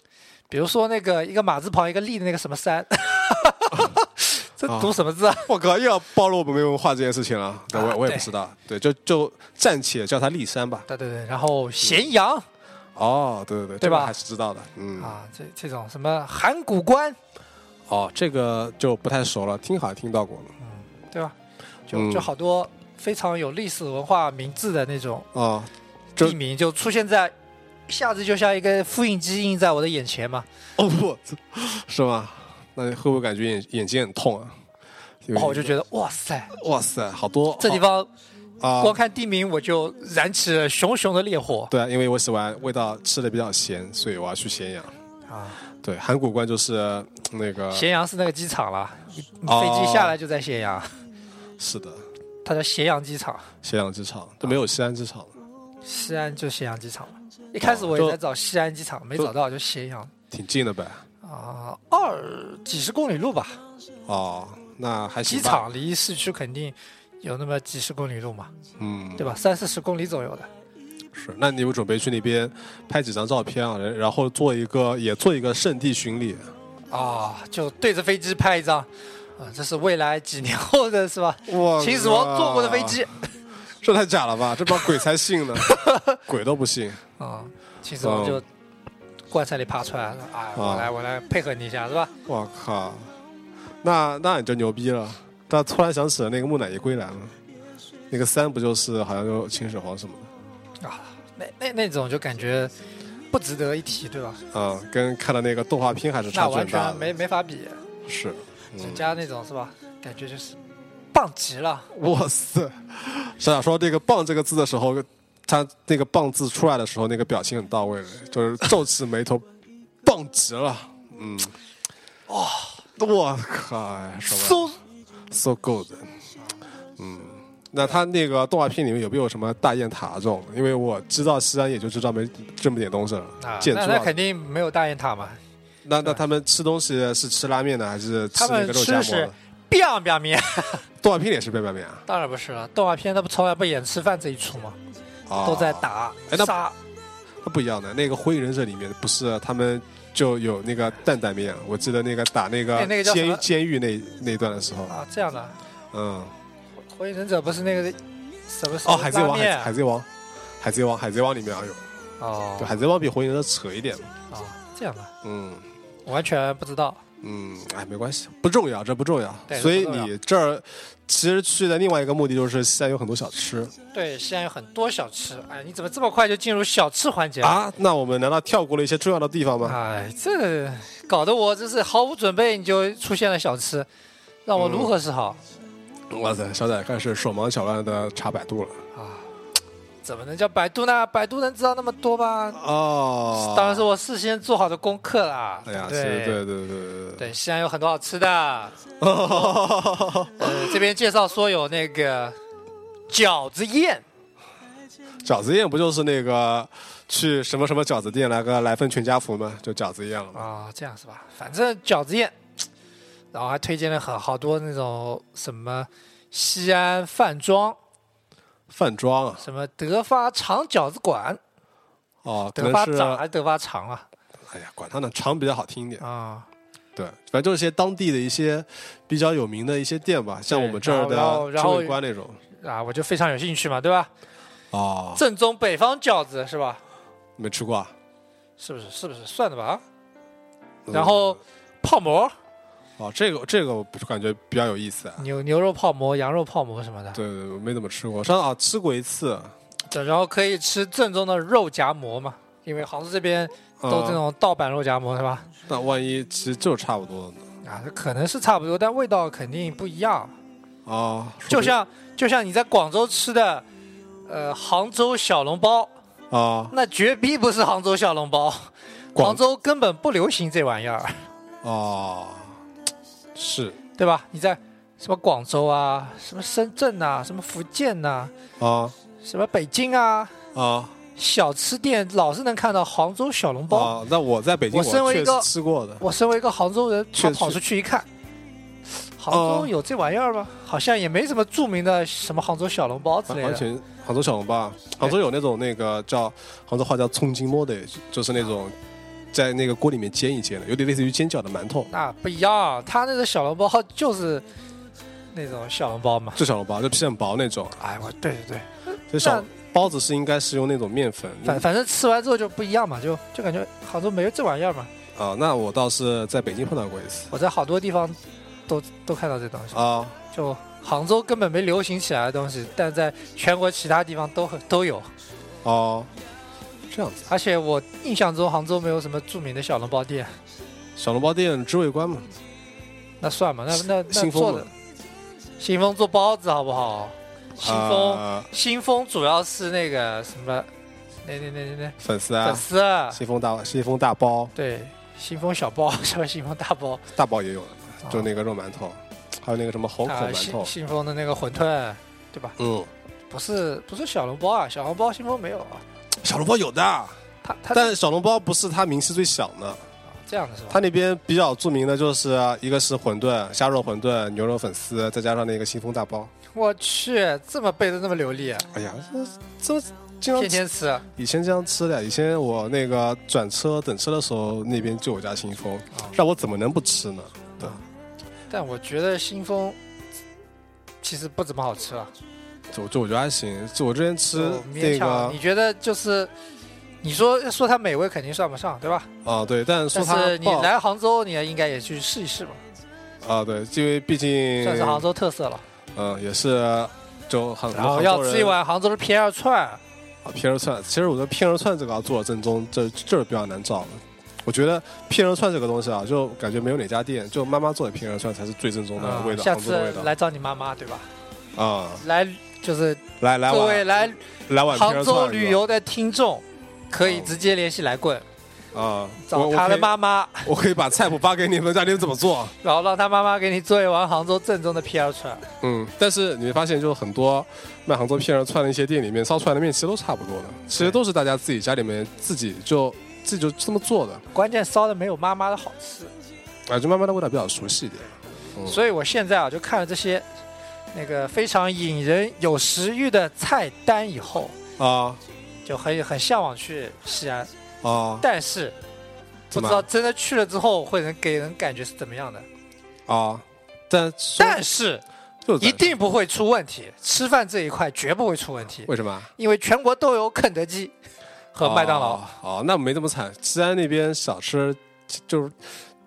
Speaker 2: 比如说那个一个马字旁一个立的那个什么山， (laughs) 这
Speaker 3: 啊
Speaker 2: 读什么字啊？
Speaker 3: 我靠，又要暴露我们没文化这件事情了，对我也我也不
Speaker 2: 对
Speaker 3: 知道，对，就就暂且叫它骊山吧，
Speaker 2: 对对对，然后咸阳
Speaker 3: 哦，对对对，
Speaker 2: 对吧
Speaker 3: 这个还是知道的，嗯，
Speaker 2: 啊，这这种什么函谷关，
Speaker 3: 哦，这个就不太熟了，听好像听到过了，
Speaker 2: 对吧？
Speaker 3: 嗯
Speaker 2: 就就好多非常有历史文化名字的那种
Speaker 3: 哦，就
Speaker 2: 地名，就出现在一下子就像一个复印机印在我的眼前嘛。
Speaker 3: (laughs) 哦不，是吗？那你会不会感觉眼眼睛很痛啊？因为
Speaker 2: 哦，我就觉得哇塞，
Speaker 3: 哇塞，好多
Speaker 2: 这地方
Speaker 3: 啊！
Speaker 2: 光看地名我就燃起了熊熊的烈火
Speaker 3: 对啊，因为我喜欢味道吃的比较咸，所以我要去咸阳。
Speaker 2: 啊！
Speaker 3: 对，函谷关就是呃那个
Speaker 2: 咸阳是那个机场了，一
Speaker 3: 哦
Speaker 2: 飞机下来就在咸阳，
Speaker 3: 是的，
Speaker 2: 它叫咸阳机场，
Speaker 3: 咸阳机
Speaker 2: 啊
Speaker 3: 场就没有西安机场了，
Speaker 2: 西安就咸阳机场嘛。一开始
Speaker 3: 哦
Speaker 2: 我也在找西安机场，没找到，就咸阳
Speaker 3: 挺近的呗。
Speaker 2: 啊，二几十公里路吧，
Speaker 3: 哦，那还行
Speaker 2: 机
Speaker 3: 吧，
Speaker 2: 场离市区肯定有那么几十公里路嘛，
Speaker 3: 嗯，
Speaker 2: 对吧？三四十公里左右的。
Speaker 3: 是。那你有准备去那边拍几张照片啊？然然后做一个也做一个圣地巡礼
Speaker 2: 啊，就对着飞机拍一张，啊，这是未来几年后的是吧？
Speaker 3: 哇
Speaker 2: 秦始皇坐过
Speaker 3: 啊
Speaker 2: 的飞机
Speaker 3: 这太假了吧！这帮鬼才信呢，鬼都不信。
Speaker 2: 啊，秦始皇就棺材里爬出来了，啊，我来我来配合你一下是吧？
Speaker 3: 我靠，那那你就牛逼了。但突然想起了那个木乃伊归来了，那个三不就是好像就秦始皇什么的
Speaker 2: 啊，那那那种就感觉不值得一提，对吧？
Speaker 3: 啊、跟看的那个动画片还是
Speaker 2: 那
Speaker 3: 差距
Speaker 2: 完
Speaker 3: 很大
Speaker 2: 全
Speaker 3: 的。嗯
Speaker 2: 没没法比，
Speaker 3: 是，
Speaker 2: 人家那种是吧？感觉就是棒极了，
Speaker 3: (laughs) 哇塞！想想说这个“棒”这个字的时候，他那个“棒”字出来的时候，那个表情很到位了，就是皱起眉头，棒极了。嗯，哇，我靠，什
Speaker 2: 嗖
Speaker 3: 么？so good。嗯，那他那个动画片里面有没有什么大雁塔这种？因为我知道西安也就知道没这么点东西了。
Speaker 2: 啊！
Speaker 3: 建筑
Speaker 2: 那那肯定没有大雁塔嘛，
Speaker 3: 那那他们吃东西是吃拉面呢，还是吃
Speaker 2: 他
Speaker 3: 那
Speaker 2: 们
Speaker 3: 个肉夹
Speaker 2: 吃
Speaker 3: 馍
Speaker 2: 是
Speaker 3: 呢？
Speaker 2: biang biang 面，
Speaker 3: 动画片也是拌拌面啊？
Speaker 2: 当然不是了，动画片他不从来不演吃饭这一出嘛，
Speaker 3: 啊
Speaker 2: 都在。打
Speaker 3: 哎那
Speaker 2: 杀。
Speaker 3: 不一样的。那个火影忍者里面不是啊他们就有那个担担面，我记得那个打那个
Speaker 2: 哎那个叫什
Speaker 3: 监
Speaker 2: 么
Speaker 3: 监狱那那一段的时候，
Speaker 2: 啊，这样的。
Speaker 3: 嗯，
Speaker 2: 火影忍者不是那个什么什么
Speaker 3: 哦，海贼
Speaker 2: 拉
Speaker 3: 王，海
Speaker 2: 面
Speaker 3: 海贼王，海贼王，海贼王里面啊有，
Speaker 2: 哦
Speaker 3: 对，海贼王比火影忍者扯一点嘛，
Speaker 2: 哦，这样的，
Speaker 3: 嗯。
Speaker 2: 我完全不知道。
Speaker 3: 嗯，哎，没关系，不重要，这不重要。
Speaker 2: 对
Speaker 3: 所以
Speaker 2: 不重要
Speaker 3: 你这儿其实去的另外一个目的就是西安有很多小吃
Speaker 2: 对，西安有很多小吃，哎，你怎么这么快就进入小吃环节了？
Speaker 3: 啊。那我们难道跳过了一些重要的地方吗？
Speaker 2: 哎，这搞得我真是毫无准备，你就出现了小吃，让我如何是好、
Speaker 3: 嗯哇塞，小仔开始手忙脚乱的查百度了。
Speaker 2: 啊？怎么能叫百度呢？百度能知道那么多吗？
Speaker 3: 哦，
Speaker 2: 当然是我事先做好的功课啦。
Speaker 3: 哎呀，
Speaker 2: 对
Speaker 3: 是
Speaker 2: 不
Speaker 3: 对对对对对。
Speaker 2: 对，西安有很多好
Speaker 3: (laughs)
Speaker 2: 吃的。呃，这边介绍说有那个饺子宴，
Speaker 3: 饺子宴不就是那个去什么什么饺子店来个来份全家福吗？就饺子宴了嘛。
Speaker 2: 啊、这样是吧？反正饺子宴，然后还推荐了很好多那种什么西安饭庄，
Speaker 3: 饭庄啊，
Speaker 2: 什么德发长饺子馆，
Speaker 3: 哦，可
Speaker 2: 德
Speaker 3: 能
Speaker 2: 发
Speaker 3: 是，
Speaker 2: 长还是德发长啊？
Speaker 3: 哎呀，管他呢，肠比较好听一点。
Speaker 2: 啊、
Speaker 3: 对，反正就是一些当地的一些比较有名的一些店吧，像我们这儿
Speaker 2: 然后
Speaker 3: 的
Speaker 2: 然后
Speaker 3: 周围观那种。
Speaker 2: 啊，我就非常有兴趣嘛，对吧？
Speaker 3: 哦，
Speaker 2: 正宗北方饺子是吧？
Speaker 3: 没吃过啊。
Speaker 2: 是不是？是不是？算了吧啊。
Speaker 3: 嗯
Speaker 2: 然后泡馍，
Speaker 3: 哦，这个这个我感觉比较有意思啊。
Speaker 2: 牛牛肉泡馍、羊肉泡馍什么的，
Speaker 3: 对对，对我没怎么吃过，上次啊吃过一次，
Speaker 2: 对，然后可以吃正宗的肉夹馍嘛，因为杭州这边
Speaker 3: 呃
Speaker 2: 都这。种盗版肉夹馍是吧？
Speaker 3: 那万一其实就差不多呢？
Speaker 2: 啊，可能是差不多，但味道肯定不一样。
Speaker 3: 啊，说不
Speaker 2: 就像就像你在广州吃的，呃，杭州小笼包，
Speaker 3: 啊
Speaker 2: 那绝逼不是杭州小笼包，
Speaker 3: 广
Speaker 2: 广州根本不流行这玩意儿，
Speaker 3: 啊，是
Speaker 2: 对吧？你在什么广州啊，什么深圳呐、什么福建呐、
Speaker 3: 啊
Speaker 2: 什么北京啊，
Speaker 3: 啊
Speaker 2: 小吃店老是能看到杭州小笼包。
Speaker 3: 啊！那我在北京
Speaker 2: 我身为
Speaker 3: 确
Speaker 2: 一个
Speaker 3: 实吃过的，
Speaker 2: 我身为一个杭州人，他
Speaker 3: 确实呃
Speaker 2: 跑出去一看，杭州有这玩意儿吗？好像也没什么著名的什么杭州小笼包之类
Speaker 3: 完
Speaker 2: 的。
Speaker 3: 全杭州小笼包啊，杭州有那种那个叫杭州话叫葱筋馍的，就是那种在那个锅里面煎一煎的，有点类似于煎饺的馒头，
Speaker 2: 那不一样，他那个小笼包就是那种小笼包嘛。
Speaker 3: 就小笼包，就皮很薄那种。
Speaker 2: 哎，我对对对，
Speaker 3: 这小
Speaker 2: 那
Speaker 3: 包子是应该是用那种面粉
Speaker 2: 反反正吃完之后就不一样嘛，就就感觉杭州没有这玩意儿嘛。
Speaker 3: 啊，那我倒是在北京碰到过一次
Speaker 2: 我在好多地方都都看到这东西，
Speaker 3: 啊。
Speaker 2: 就杭州根本没流行起来的东西，但在全国其他地方都很都有。
Speaker 3: 哦，这样子，
Speaker 2: 而且我印象中杭州没有什么著名的小笼包店，
Speaker 3: 小笼包店知味观嘛，
Speaker 2: 那算吧，那那那
Speaker 3: 信丰
Speaker 2: 做
Speaker 3: 嘛
Speaker 2: 的，新丰做包子好不好？新丰、
Speaker 3: 啊
Speaker 2: 新丰主要是那个什么，那那那那
Speaker 3: 粉丝
Speaker 2: 那粉
Speaker 3: 啊，
Speaker 2: 丝，
Speaker 3: 西风大西风大包
Speaker 2: 对，新丰小包 (laughs) 什么新丰大包，
Speaker 3: 大包也有的，就
Speaker 2: 啊
Speaker 3: 那个肉馒头，还有那个什么猴口
Speaker 2: 啊
Speaker 3: 馒
Speaker 2: 新
Speaker 3: 头，
Speaker 2: 新丰的那个馄饨，对吧？
Speaker 3: 嗯，
Speaker 2: 不是不是小笼包啊，小笼包新丰没有啊，
Speaker 3: 小笼包有的，
Speaker 2: 他他
Speaker 3: 但小笼包不是它名气最响的，
Speaker 2: 这样的是吧？
Speaker 3: 它那边比较著名的就是一个是馄饨，虾肉馄饨、牛肉粉丝，再加上那个新风大包。
Speaker 2: 我去，这么背的那么流利，啊
Speaker 3: 哎呀，这这经常
Speaker 2: 天天吃啊，
Speaker 3: 以前这样吃的，以前我那个转车等车的时候，那边就有家新丰，让我怎么能不吃呢？
Speaker 2: 但我觉得新丰其实不怎么好吃啊。
Speaker 3: 就就我觉得还行，就我之前吃
Speaker 2: 就
Speaker 3: 那
Speaker 2: 勉强。
Speaker 3: 个
Speaker 2: 你觉得就是，你说说它美味肯定算不上，对吧？
Speaker 3: 啊，对，但说
Speaker 2: 但
Speaker 3: 它
Speaker 2: 是你
Speaker 3: 爆
Speaker 2: 来杭州，你也应该也去试一试嘛，
Speaker 3: 啊，对，因为毕竟
Speaker 2: 算是杭州特色了。
Speaker 3: 嗯，也是就很
Speaker 2: 然
Speaker 3: 多
Speaker 2: 后
Speaker 3: 杭
Speaker 2: 要
Speaker 3: 州
Speaker 2: 吃
Speaker 3: 人
Speaker 2: 一碗杭州的片儿串，
Speaker 3: 啊片儿串。其实我觉得片儿串这个要做正宗，这这是比较难找的。我觉得片儿串这个东西啊，就感觉没有哪家店，就妈妈做的片儿串才是最正宗的
Speaker 2: 啊
Speaker 3: 味道，
Speaker 2: 下
Speaker 3: 杭州
Speaker 2: 次
Speaker 3: 的味道
Speaker 2: 来找你妈妈，对吧？
Speaker 3: 啊、
Speaker 2: 来，就是
Speaker 3: 来来
Speaker 2: 各位
Speaker 3: 碗
Speaker 2: 来
Speaker 3: 来碗片
Speaker 2: 杭
Speaker 3: 儿
Speaker 2: 州
Speaker 3: 串是
Speaker 2: 旅
Speaker 3: 吧
Speaker 2: 游的听众，可以
Speaker 3: 哦
Speaker 2: 直接联系来棍，
Speaker 3: 啊，
Speaker 2: 找
Speaker 3: 我
Speaker 2: 他的？
Speaker 3: 我可以
Speaker 2: 妈妈，
Speaker 3: 我可以把菜谱发给你们，让你们怎么做。
Speaker 2: 然后让他妈妈给你做一碗杭州正宗的片儿串。
Speaker 3: 嗯，但是你会发现，就是很多卖杭州片儿串的一些店里面，烧出来的面其实都差不多的，其实都是大家自己家里面自己就自己就这么做的，
Speaker 2: 关键烧的没有妈妈的好吃。
Speaker 3: 啊，就慢慢的味道比较熟悉一点。嗯
Speaker 2: 所以我现在啊，就看了这些那个非常引人有食欲的菜单以后，
Speaker 3: 啊
Speaker 2: 就很很向往去西安，
Speaker 3: 哦
Speaker 2: 但是不知
Speaker 3: 怎么
Speaker 2: 道真的去了之后会能给人感觉是怎么样的。
Speaker 3: 啊？但
Speaker 2: 但是
Speaker 3: 就
Speaker 2: 一定不会出问题，吃饭这一块绝不会出问题，
Speaker 3: 为什么？啊
Speaker 2: 因为全国都有肯德基 (laughs) 和麦当劳。
Speaker 3: 哦哦，那没这么惨。西安那边小吃就是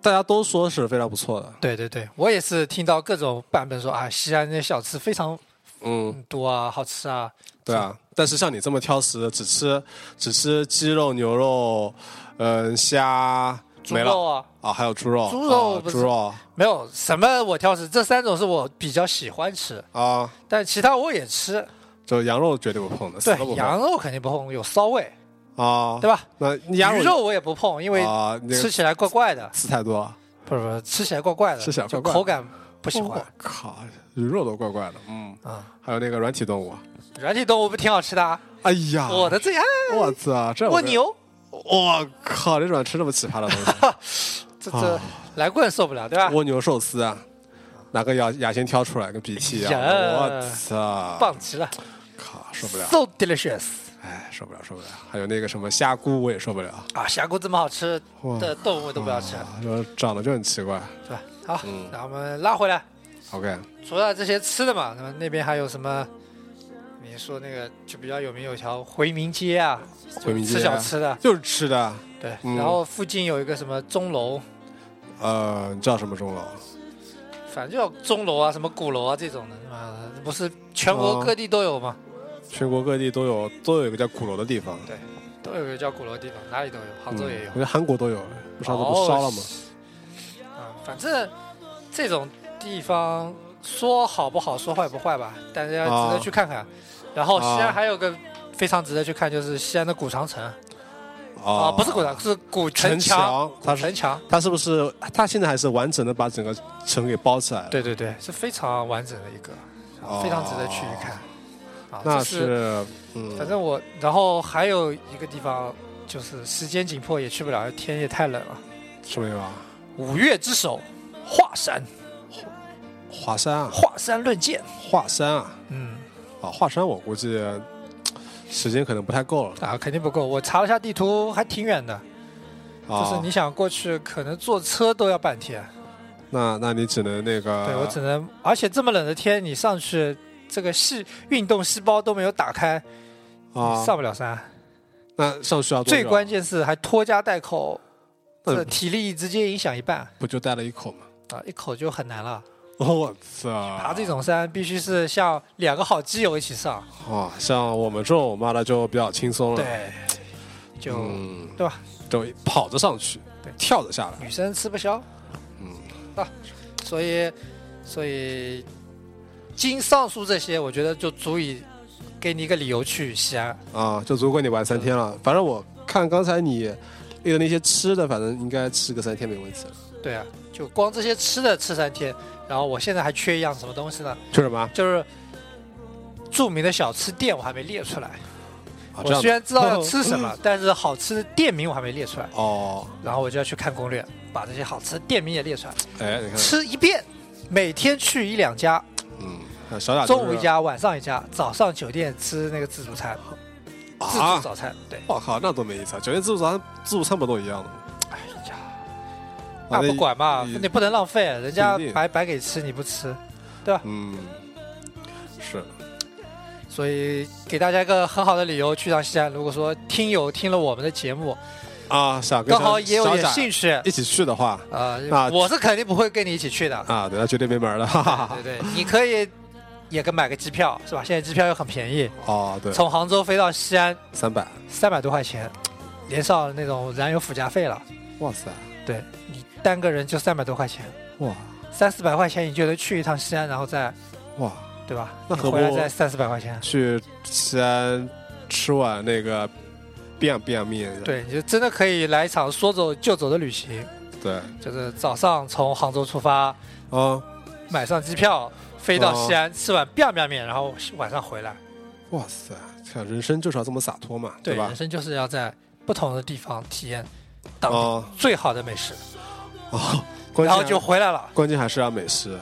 Speaker 3: 大家都说是非常不错的，
Speaker 2: 对对对，我也是听到各种版本说啊，西安那小吃非常
Speaker 3: 嗯，
Speaker 2: 多啊，好吃啊。
Speaker 3: 对啊。但是像你这么挑食的，只吃只吃鸡肉、牛肉，嗯、虾
Speaker 2: 猪
Speaker 3: 没
Speaker 2: 肉
Speaker 3: 了
Speaker 2: 啊，
Speaker 3: 啊，还有猪肉，
Speaker 2: 猪肉
Speaker 3: 啊
Speaker 2: 不是
Speaker 3: 猪肉
Speaker 2: 没有什么我挑食，这三种是我比较喜欢吃，
Speaker 3: 啊，
Speaker 2: 但其他我也吃。
Speaker 3: 就羊肉绝对不碰的，死
Speaker 2: 对
Speaker 3: 都不，碰
Speaker 2: 羊肉肯定不碰，有骚味，
Speaker 3: 啊，
Speaker 2: 对吧？
Speaker 3: 那鸭
Speaker 2: 鱼肉我也不碰，因为
Speaker 3: 啊，那
Speaker 2: 吃
Speaker 3: 个
Speaker 2: 起来怪怪的，
Speaker 3: 刺太多，
Speaker 2: 不是不是，吃起来怪怪的，
Speaker 3: 吃起来怪
Speaker 2: 就
Speaker 3: 怪的
Speaker 2: 口感不喜欢
Speaker 3: 我靠，鱼肉都怪怪的，嗯，
Speaker 2: 啊。
Speaker 3: 还有那个软体动物，
Speaker 2: 软体动物不挺好吃的啊？
Speaker 3: 哎呀，
Speaker 2: 我的最爱啊
Speaker 3: 我操，这
Speaker 2: 蜗
Speaker 3: 没，
Speaker 2: 牛，
Speaker 3: 我靠，你怎么吃这么奇葩的东
Speaker 2: (laughs)
Speaker 3: 西？
Speaker 2: 这
Speaker 3: 啊
Speaker 2: 这来棍受不了，对吧？
Speaker 3: 蜗牛寿司啊，拿个牙牙签挑出来，跟鼻涕一样，
Speaker 2: 哎呀
Speaker 3: 我操，
Speaker 2: 棒极了
Speaker 3: 靠，受不了，
Speaker 2: ，so delicious
Speaker 3: 哎，受不了，受不了，还有那个什么虾菇，我也受不了，
Speaker 2: 啊！峡谷这么好吃
Speaker 3: 哇
Speaker 2: 的动物都不要吃，
Speaker 3: 啊就是长得就很奇怪。
Speaker 2: 是吧？好，
Speaker 3: 嗯
Speaker 2: 那我们拉回来，
Speaker 3: OK，
Speaker 2: 除了这些吃的嘛，那么那边还有什么？你说那个就比较有名，有条回民街啊，
Speaker 3: 回民街
Speaker 2: 吃小吃的，
Speaker 3: 就是吃的，
Speaker 2: 对。
Speaker 3: 嗯
Speaker 2: 然后附近有一个什么钟楼，
Speaker 3: 呃，你知道什么钟楼？
Speaker 2: 反正就钟楼啊，什么鼓楼啊这种的，妈的，不是全国各地都有吗？
Speaker 3: 哦全国各地都有，都有一个叫鼓楼的地方。嗯
Speaker 2: 对，都有一个叫鼓楼的地方，哪里都有，杭州也有
Speaker 3: 我觉。得韩国都有，上次不
Speaker 2: 哦
Speaker 3: 是烧了吗？嗯
Speaker 2: 啊，反正这种地方说好不好，说坏不坏吧，大家值得去看看。然后西
Speaker 3: 啊
Speaker 2: 安还有个非常值得去看，就是西安的古长城啊，
Speaker 3: 啊
Speaker 2: 不是古长，是古城
Speaker 3: 城
Speaker 2: 墙，
Speaker 3: 墙，
Speaker 2: 古
Speaker 3: 它是
Speaker 2: 城墙。
Speaker 3: 它是不是它现在还是完整的把整个城给包起来了？，
Speaker 2: 对对对，是非常完整的一个，啊非常值得去一看。啊，
Speaker 3: 哦那
Speaker 2: 这是
Speaker 3: 是嗯，
Speaker 2: 反正我，然后还有一个地方就是时间紧迫也去不了，天也太冷了。
Speaker 3: 什么地方？
Speaker 2: 五岳之首，华山，
Speaker 3: 华山啊，
Speaker 2: 华山论剑。
Speaker 3: 华山啊，
Speaker 2: 嗯，
Speaker 3: 啊，华山我估计嘖时间可能不太够了。
Speaker 2: 啊，肯定不够。我查了一下地图，还挺远的，
Speaker 3: 啊、
Speaker 2: 就是你想过去，可能坐车都要半天。
Speaker 3: 那那你只能那个，
Speaker 2: 对我只能，而且这么冷的天，你上去这个细运动细胞都没有打开，
Speaker 3: 啊
Speaker 2: 你上不了山。
Speaker 3: 那啊上去要多
Speaker 2: 最
Speaker 3: 久
Speaker 2: 关键是还拖家带口，
Speaker 3: 那
Speaker 2: 这体力直接影响一半
Speaker 3: 不就带了一口吗？ (laughs)
Speaker 2: 啊，一口就很难了。
Speaker 3: 我操！
Speaker 2: 爬这种山必须是像两个好基友一起上，
Speaker 3: 啊，像我们这种妈的就比较轻松了，，
Speaker 2: 对，就、
Speaker 3: 嗯，
Speaker 2: 对吧？
Speaker 3: 就跑着上去，
Speaker 2: 对
Speaker 3: 跳着下来，
Speaker 2: 女生吃不消，啊
Speaker 3: 嗯，
Speaker 2: 所以，所以，经上述这些，我觉得就足以给你一个理由去西安。
Speaker 3: 啊，就足够你玩三天了。反正我看刚才你列的那些吃的，反正应该吃个三天没问题了。
Speaker 2: 对啊，就光这些吃的吃三天，然后我现在还缺一样什么东西呢？
Speaker 3: 就什么
Speaker 2: 就是著名的小吃店，我还没列出来。
Speaker 3: 啊？
Speaker 2: 我
Speaker 3: 这
Speaker 2: 虽
Speaker 3: 样
Speaker 2: 然知道要吃什
Speaker 3: (laughs)
Speaker 2: 么，但是好吃的店名我还没列出来。
Speaker 3: 哦，
Speaker 2: 然后我就要去看攻略，把这些好吃的店名也列出来，
Speaker 3: 哎，你看，
Speaker 2: 吃一遍，每天去一两家，
Speaker 3: 嗯，小雅
Speaker 2: 中午一家，晚上一家，早上酒店吃那个自助餐，自助
Speaker 3: 啊，
Speaker 2: 早餐，对。
Speaker 3: 我靠，那多没意思啊！酒店自助餐自助餐不都一样的吗？
Speaker 2: 哎呀，
Speaker 3: 啊
Speaker 2: 那不管嘛，
Speaker 3: 你
Speaker 2: 你不能浪费，人家
Speaker 3: 肯定
Speaker 2: 白白给吃你不吃，
Speaker 3: 嗯，是
Speaker 2: 所以给大家一个很好的理由去趟西安。如果说听友听了我们的节目，
Speaker 3: 啊，想跟
Speaker 2: 刚好也有
Speaker 3: 小
Speaker 2: 点
Speaker 3: 雅
Speaker 2: 兴趣，
Speaker 3: 一起去的话
Speaker 2: 啊，
Speaker 3: 那
Speaker 2: 我是肯定不会跟你一起去的。
Speaker 3: 啊，对，那绝对没门儿的，哈哈哈
Speaker 2: 对。对，你可以也跟买个机票是吧？现在机票又很便宜，
Speaker 3: 哦，对，
Speaker 2: 从杭州飞到西安
Speaker 3: 三百，
Speaker 2: 三百多块钱，连上那种燃油附加费了，
Speaker 3: 哇塞，
Speaker 2: 对你单个人就三百多块钱，
Speaker 3: 哇
Speaker 2: 三四百块钱你就能去一趟西安，然后再
Speaker 3: 哇，
Speaker 2: 对吧？
Speaker 3: 那
Speaker 2: 你
Speaker 3: 何
Speaker 2: 回来
Speaker 3: 不
Speaker 2: 再三四百块钱。
Speaker 3: 去西安吃碗那个 biang biang 面，
Speaker 2: 对，你就真的可以来一场说走就走的旅行，
Speaker 3: 对，
Speaker 2: 就是早上从杭州出发，
Speaker 3: 啊，
Speaker 2: 买上机票飞到西
Speaker 3: 哦
Speaker 2: 安，吃碗 biang biang 面，然后晚上回来。
Speaker 3: 哇塞，看人生就是要这么洒脱嘛，
Speaker 2: 对，
Speaker 3: 吧
Speaker 2: 人？生就是要在不同的地方体验当地
Speaker 3: 啊
Speaker 2: 最好的美食，
Speaker 3: 啊，关
Speaker 2: 然后
Speaker 3: 键
Speaker 2: 就回来了。
Speaker 3: 关键还是要美食，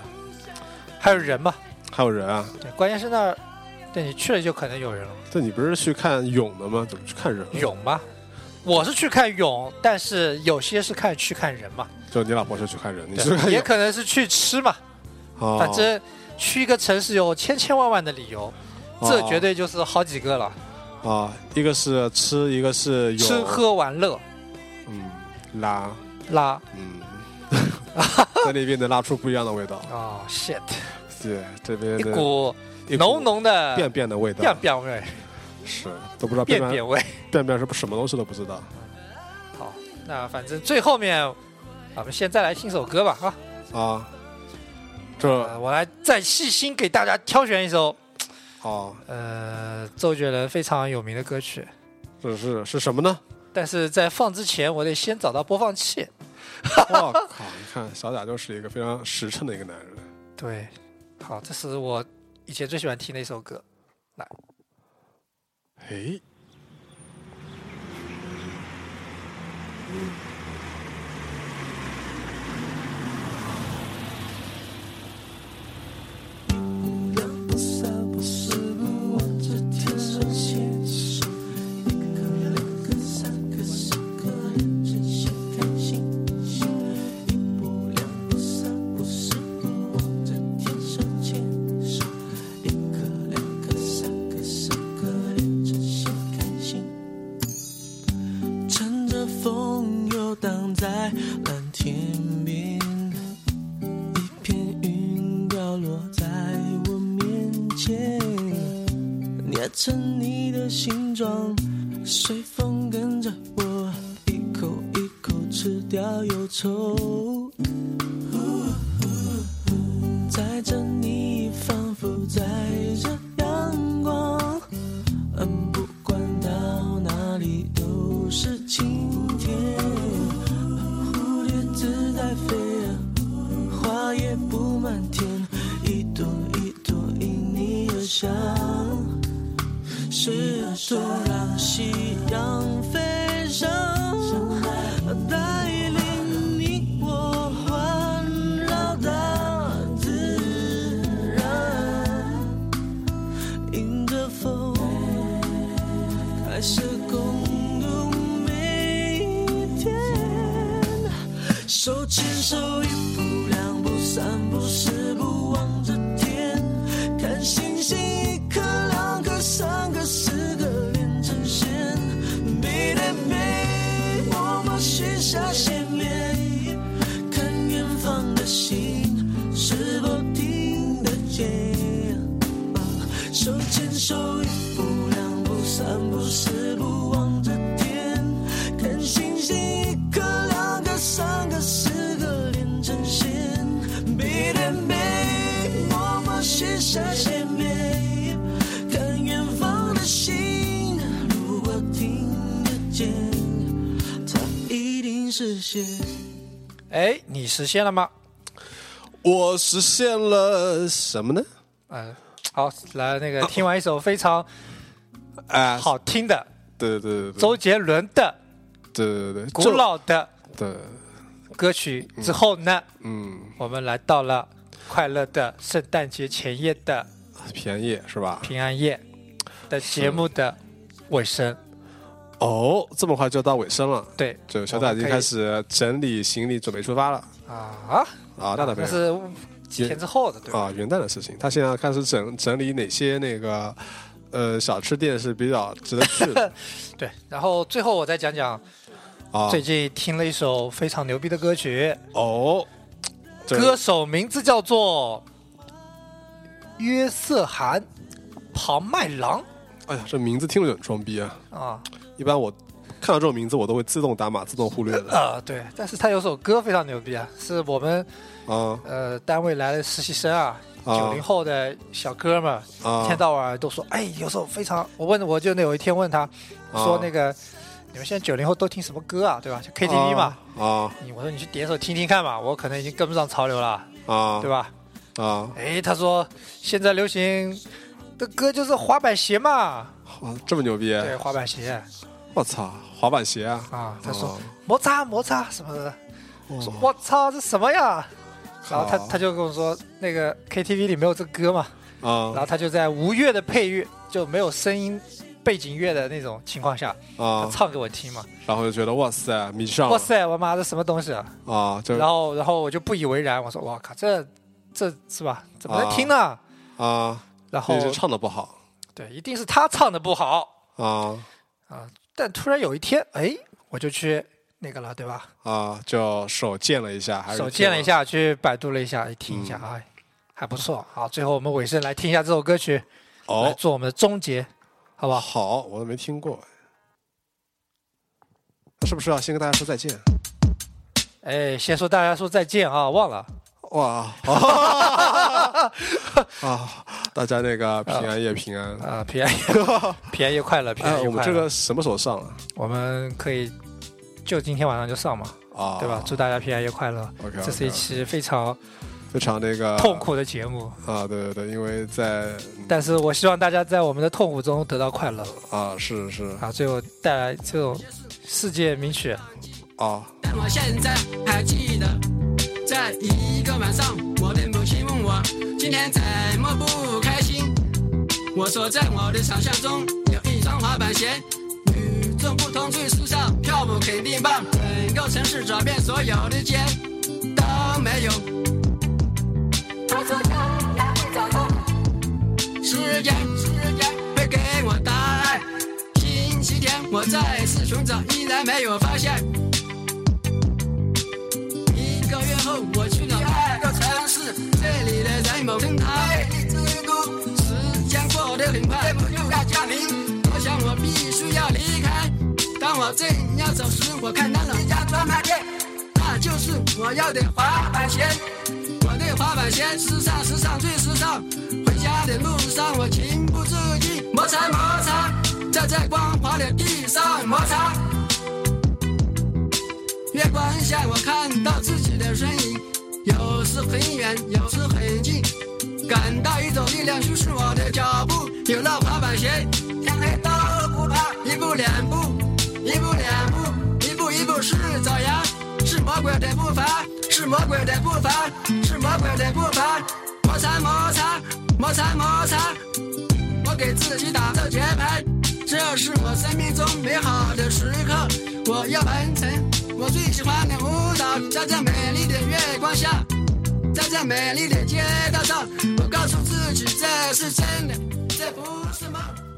Speaker 2: 还有人嘛，
Speaker 3: 还有人啊，
Speaker 2: 对，关键是那儿对你去了就可能有人了。
Speaker 3: 这你不是去看泳的吗？怎么去看人？啊
Speaker 2: 泳吗？我是去看泳，但是有些是看去看人嘛，
Speaker 3: 就你老婆是去看人，你是
Speaker 2: 对
Speaker 3: 看
Speaker 2: 也
Speaker 3: 泳。
Speaker 2: 可能是去吃嘛。
Speaker 3: 哦
Speaker 2: 反正去一个城市有千千万万的理由，
Speaker 3: 哦
Speaker 2: 这绝对就是好几个了。
Speaker 3: 啊，一个是吃，一个是泳，
Speaker 2: 吃，喝玩乐
Speaker 3: 嗯，拉，
Speaker 2: 拉
Speaker 3: 嗯， (laughs) 在那边能拉出不一样的味道。
Speaker 2: 啊、s h i t
Speaker 3: 哦对，这边
Speaker 2: 一
Speaker 3: 的
Speaker 2: 股
Speaker 3: 一股
Speaker 2: 浓浓的
Speaker 3: 便便的味哦道
Speaker 2: 便，便味，
Speaker 3: 是都不知道便
Speaker 2: 便便味。
Speaker 3: 便便是不什么东西都不知道。
Speaker 2: 好，那反正最后面，啊我们现在来听首歌吧啊！
Speaker 3: 啊，这
Speaker 2: 呃我来再细心给大家挑选一首，
Speaker 3: 哦，
Speaker 2: 呃，周杰伦非常有名的歌曲。
Speaker 3: 这是是什么呢？ (laughs)
Speaker 2: 但是在放之前，我得先找到播放器。
Speaker 3: 我靠！你看，小贾就是一个非常实诚的一个男人。
Speaker 2: 对，好，这是我以前最喜欢听的一首歌。
Speaker 3: 哎，
Speaker 1: 不三不四不五，这天生现实。一个两个三个四个，人真心开心。一步两步三步四步五，这天生现实。一个两个三个四个，人真心开心。乘着风游荡在蓝天边。一片云掉落在我面前，捏成你的形状，随风跟着我，一口一口吃掉忧愁。载着你，仿佛载着阳光，嗯，不管到哪里都是晴天。蝴蝶自在飞啊。花也布满天，一朵一朵因你而香。是土壤，夕阳飞上，带领你我环绕大自然，迎着风，开始共度每一天。手牵手，一步两步三步四步望着天，看星星，一颗两颗三颗四个连成线，背对背，默默许下心愿，看远方的星是否听得见？手牵手，一步两步三步四步望着天，看星星，一颗两颗三颗四颗连成线，背对背，默默许下心愿，看远方的星，如果听得见，它一定实现。
Speaker 2: 哎，你实现了吗？
Speaker 3: 我实现了什么呢？
Speaker 2: 嗯，好，来那个听完一首非常
Speaker 3: 哎，，
Speaker 2: 好听的
Speaker 3: 对对对对
Speaker 2: 周杰伦的
Speaker 3: 对对对，
Speaker 2: 古老的
Speaker 3: 对，
Speaker 2: 歌曲之后呢，
Speaker 3: 嗯，
Speaker 2: 我们来到了快乐的圣诞节前夜的
Speaker 3: 便宜是吧？
Speaker 2: 平安夜的节目的尾声。
Speaker 3: 哦，这么快就到尾声了，
Speaker 2: 对，
Speaker 3: 就小
Speaker 2: 哦
Speaker 3: 贾已经开始整理行李，准备出发了
Speaker 2: 啊，
Speaker 3: 啊！大大
Speaker 2: 那
Speaker 3: 朋友
Speaker 2: 是前之后的，对吧？
Speaker 3: 啊，元旦的事情，他现在开始整整理哪些那个呃小吃店是比较值得
Speaker 2: (laughs)
Speaker 3: 去的
Speaker 2: 对，然后最后我再讲讲
Speaker 3: 啊？
Speaker 2: 最近听了一首非常牛逼的歌曲，
Speaker 3: 哦，这
Speaker 2: 歌手名字叫做约瑟涵·庞麦郎
Speaker 3: 哎呀，这名字听着就很装逼啊！
Speaker 2: 啊，
Speaker 3: 一般我看到这种名字，我都会自动打码、自动忽略的
Speaker 2: 呃，对，但是他有首歌非常牛逼啊，是我们
Speaker 3: 啊
Speaker 2: 呃单位来的实习生啊，
Speaker 3: 啊
Speaker 2: 九零后的小哥们儿，一天
Speaker 3: 啊！
Speaker 2: 到晚都说，哎，有首非常，我问，我就那有一天问他，
Speaker 3: 啊
Speaker 2: 说那个、你们现在九零后都听什么歌啊，对吧？就 KTV 嘛，
Speaker 3: 啊
Speaker 2: 你我说你去点首听听看嘛，我可能已经跟不上潮流了，
Speaker 3: 啊
Speaker 2: 对吧？
Speaker 3: 啊！
Speaker 2: 哎，他说现在流行的歌就是滑板鞋嘛，
Speaker 3: 哇啊这么牛逼！
Speaker 2: 对，滑板鞋
Speaker 3: 我操，滑板鞋啊！
Speaker 2: 啊，他
Speaker 3: 哦
Speaker 2: 说摩擦摩擦什么的，我说
Speaker 3: 哇
Speaker 2: 我操这什么呀？然
Speaker 3: 嗯靠
Speaker 2: 后他他就跟我说那个 KTV 里没有这歌嘛，
Speaker 3: 啊
Speaker 2: 然后他就在无乐的配乐就没有声音背景乐的那种情况下，他
Speaker 3: 啊，
Speaker 2: 唱给我听嘛。
Speaker 3: 然后就觉得哇塞迷上了
Speaker 2: 哇塞，我妈这什么东西啊！
Speaker 3: 啊，就
Speaker 2: 然后然后我就不以为然，我说哇靠，这这是吧？怎么能听呢？
Speaker 3: 啊，
Speaker 2: 然后
Speaker 3: 也是唱的不好
Speaker 2: 对，一定是他唱的不好
Speaker 3: 啊
Speaker 2: 啊。但突然有一天，哎，我就去那个了，对吧？
Speaker 3: 啊，就手贱了一下，还是
Speaker 2: 手
Speaker 3: 听
Speaker 2: 贱了一下，去百度了一下，哎听一下，
Speaker 3: 嗯
Speaker 2: 哎，还不错。好，最后我们尾声来听一下这首歌曲，来
Speaker 3: 哦，
Speaker 2: 做我们的终结，好不好？
Speaker 3: 好，我都没听过，那是不是要先跟大家说再见？
Speaker 2: 哎，先说大家说再见啊，忘了。 (laughs)
Speaker 3: 哇啊啊！大家那个平安夜平安。
Speaker 2: 啊，平安夜，
Speaker 3: (laughs)
Speaker 2: 平安夜快乐，平安
Speaker 3: 哎，
Speaker 2: 夜快乐。
Speaker 3: 我们这个什么时候上啊？
Speaker 2: 我们可以就今天晚上就上嘛，
Speaker 3: 啊，
Speaker 2: 对吧？祝大家平安夜快乐。
Speaker 3: ？OK，
Speaker 2: 这是一期非常
Speaker 3: 非常那个
Speaker 2: 痛苦的节目，
Speaker 3: 啊，对对对，因为在嗯
Speaker 2: 但是我希望大家在我们的痛苦中得到快乐
Speaker 3: 啊是是
Speaker 2: 啊！最后带来这种世界名曲，
Speaker 3: 啊
Speaker 5: 但我现在还记得，在一个晚上，我的母亲问我今天怎么不开心。我说在我的想象中有一双滑板鞋，与众不同去时尚，跳舞肯定棒。整个城市找遍所有的街都没有。
Speaker 6: 他说他哪会找到？
Speaker 5: 时间，时间会给我答案。星期天我再次寻找，依然没有发现。一个月后我去了二个城市，这里的人们称它魅力之都。时间过得很快，我又要降临。我想我必须要离开。当我正要走时，我看到了一家专卖店，那就是我要的滑板鞋。我对滑板鞋时尚，时尚最时尚。回家的路上，我情不自禁摩擦摩擦，在这光滑的地上摩擦。月光下，我看到自己的身影，有时很远，有时很近，感到一种力量驱使我的脚步。有了滑板鞋，天黑都不怕，一步两步，一步两步，一步一步是爪牙，是魔鬼的步伐，是魔鬼的步伐，是魔鬼的步伐，摩擦摩擦，摩擦摩擦。我给自己打着节拍，这是我生命中美好的时刻。我要完成我最喜欢的舞蹈，在这美丽的月光下，在这美丽的街道上，我告诉自己这是真的，这不是梦。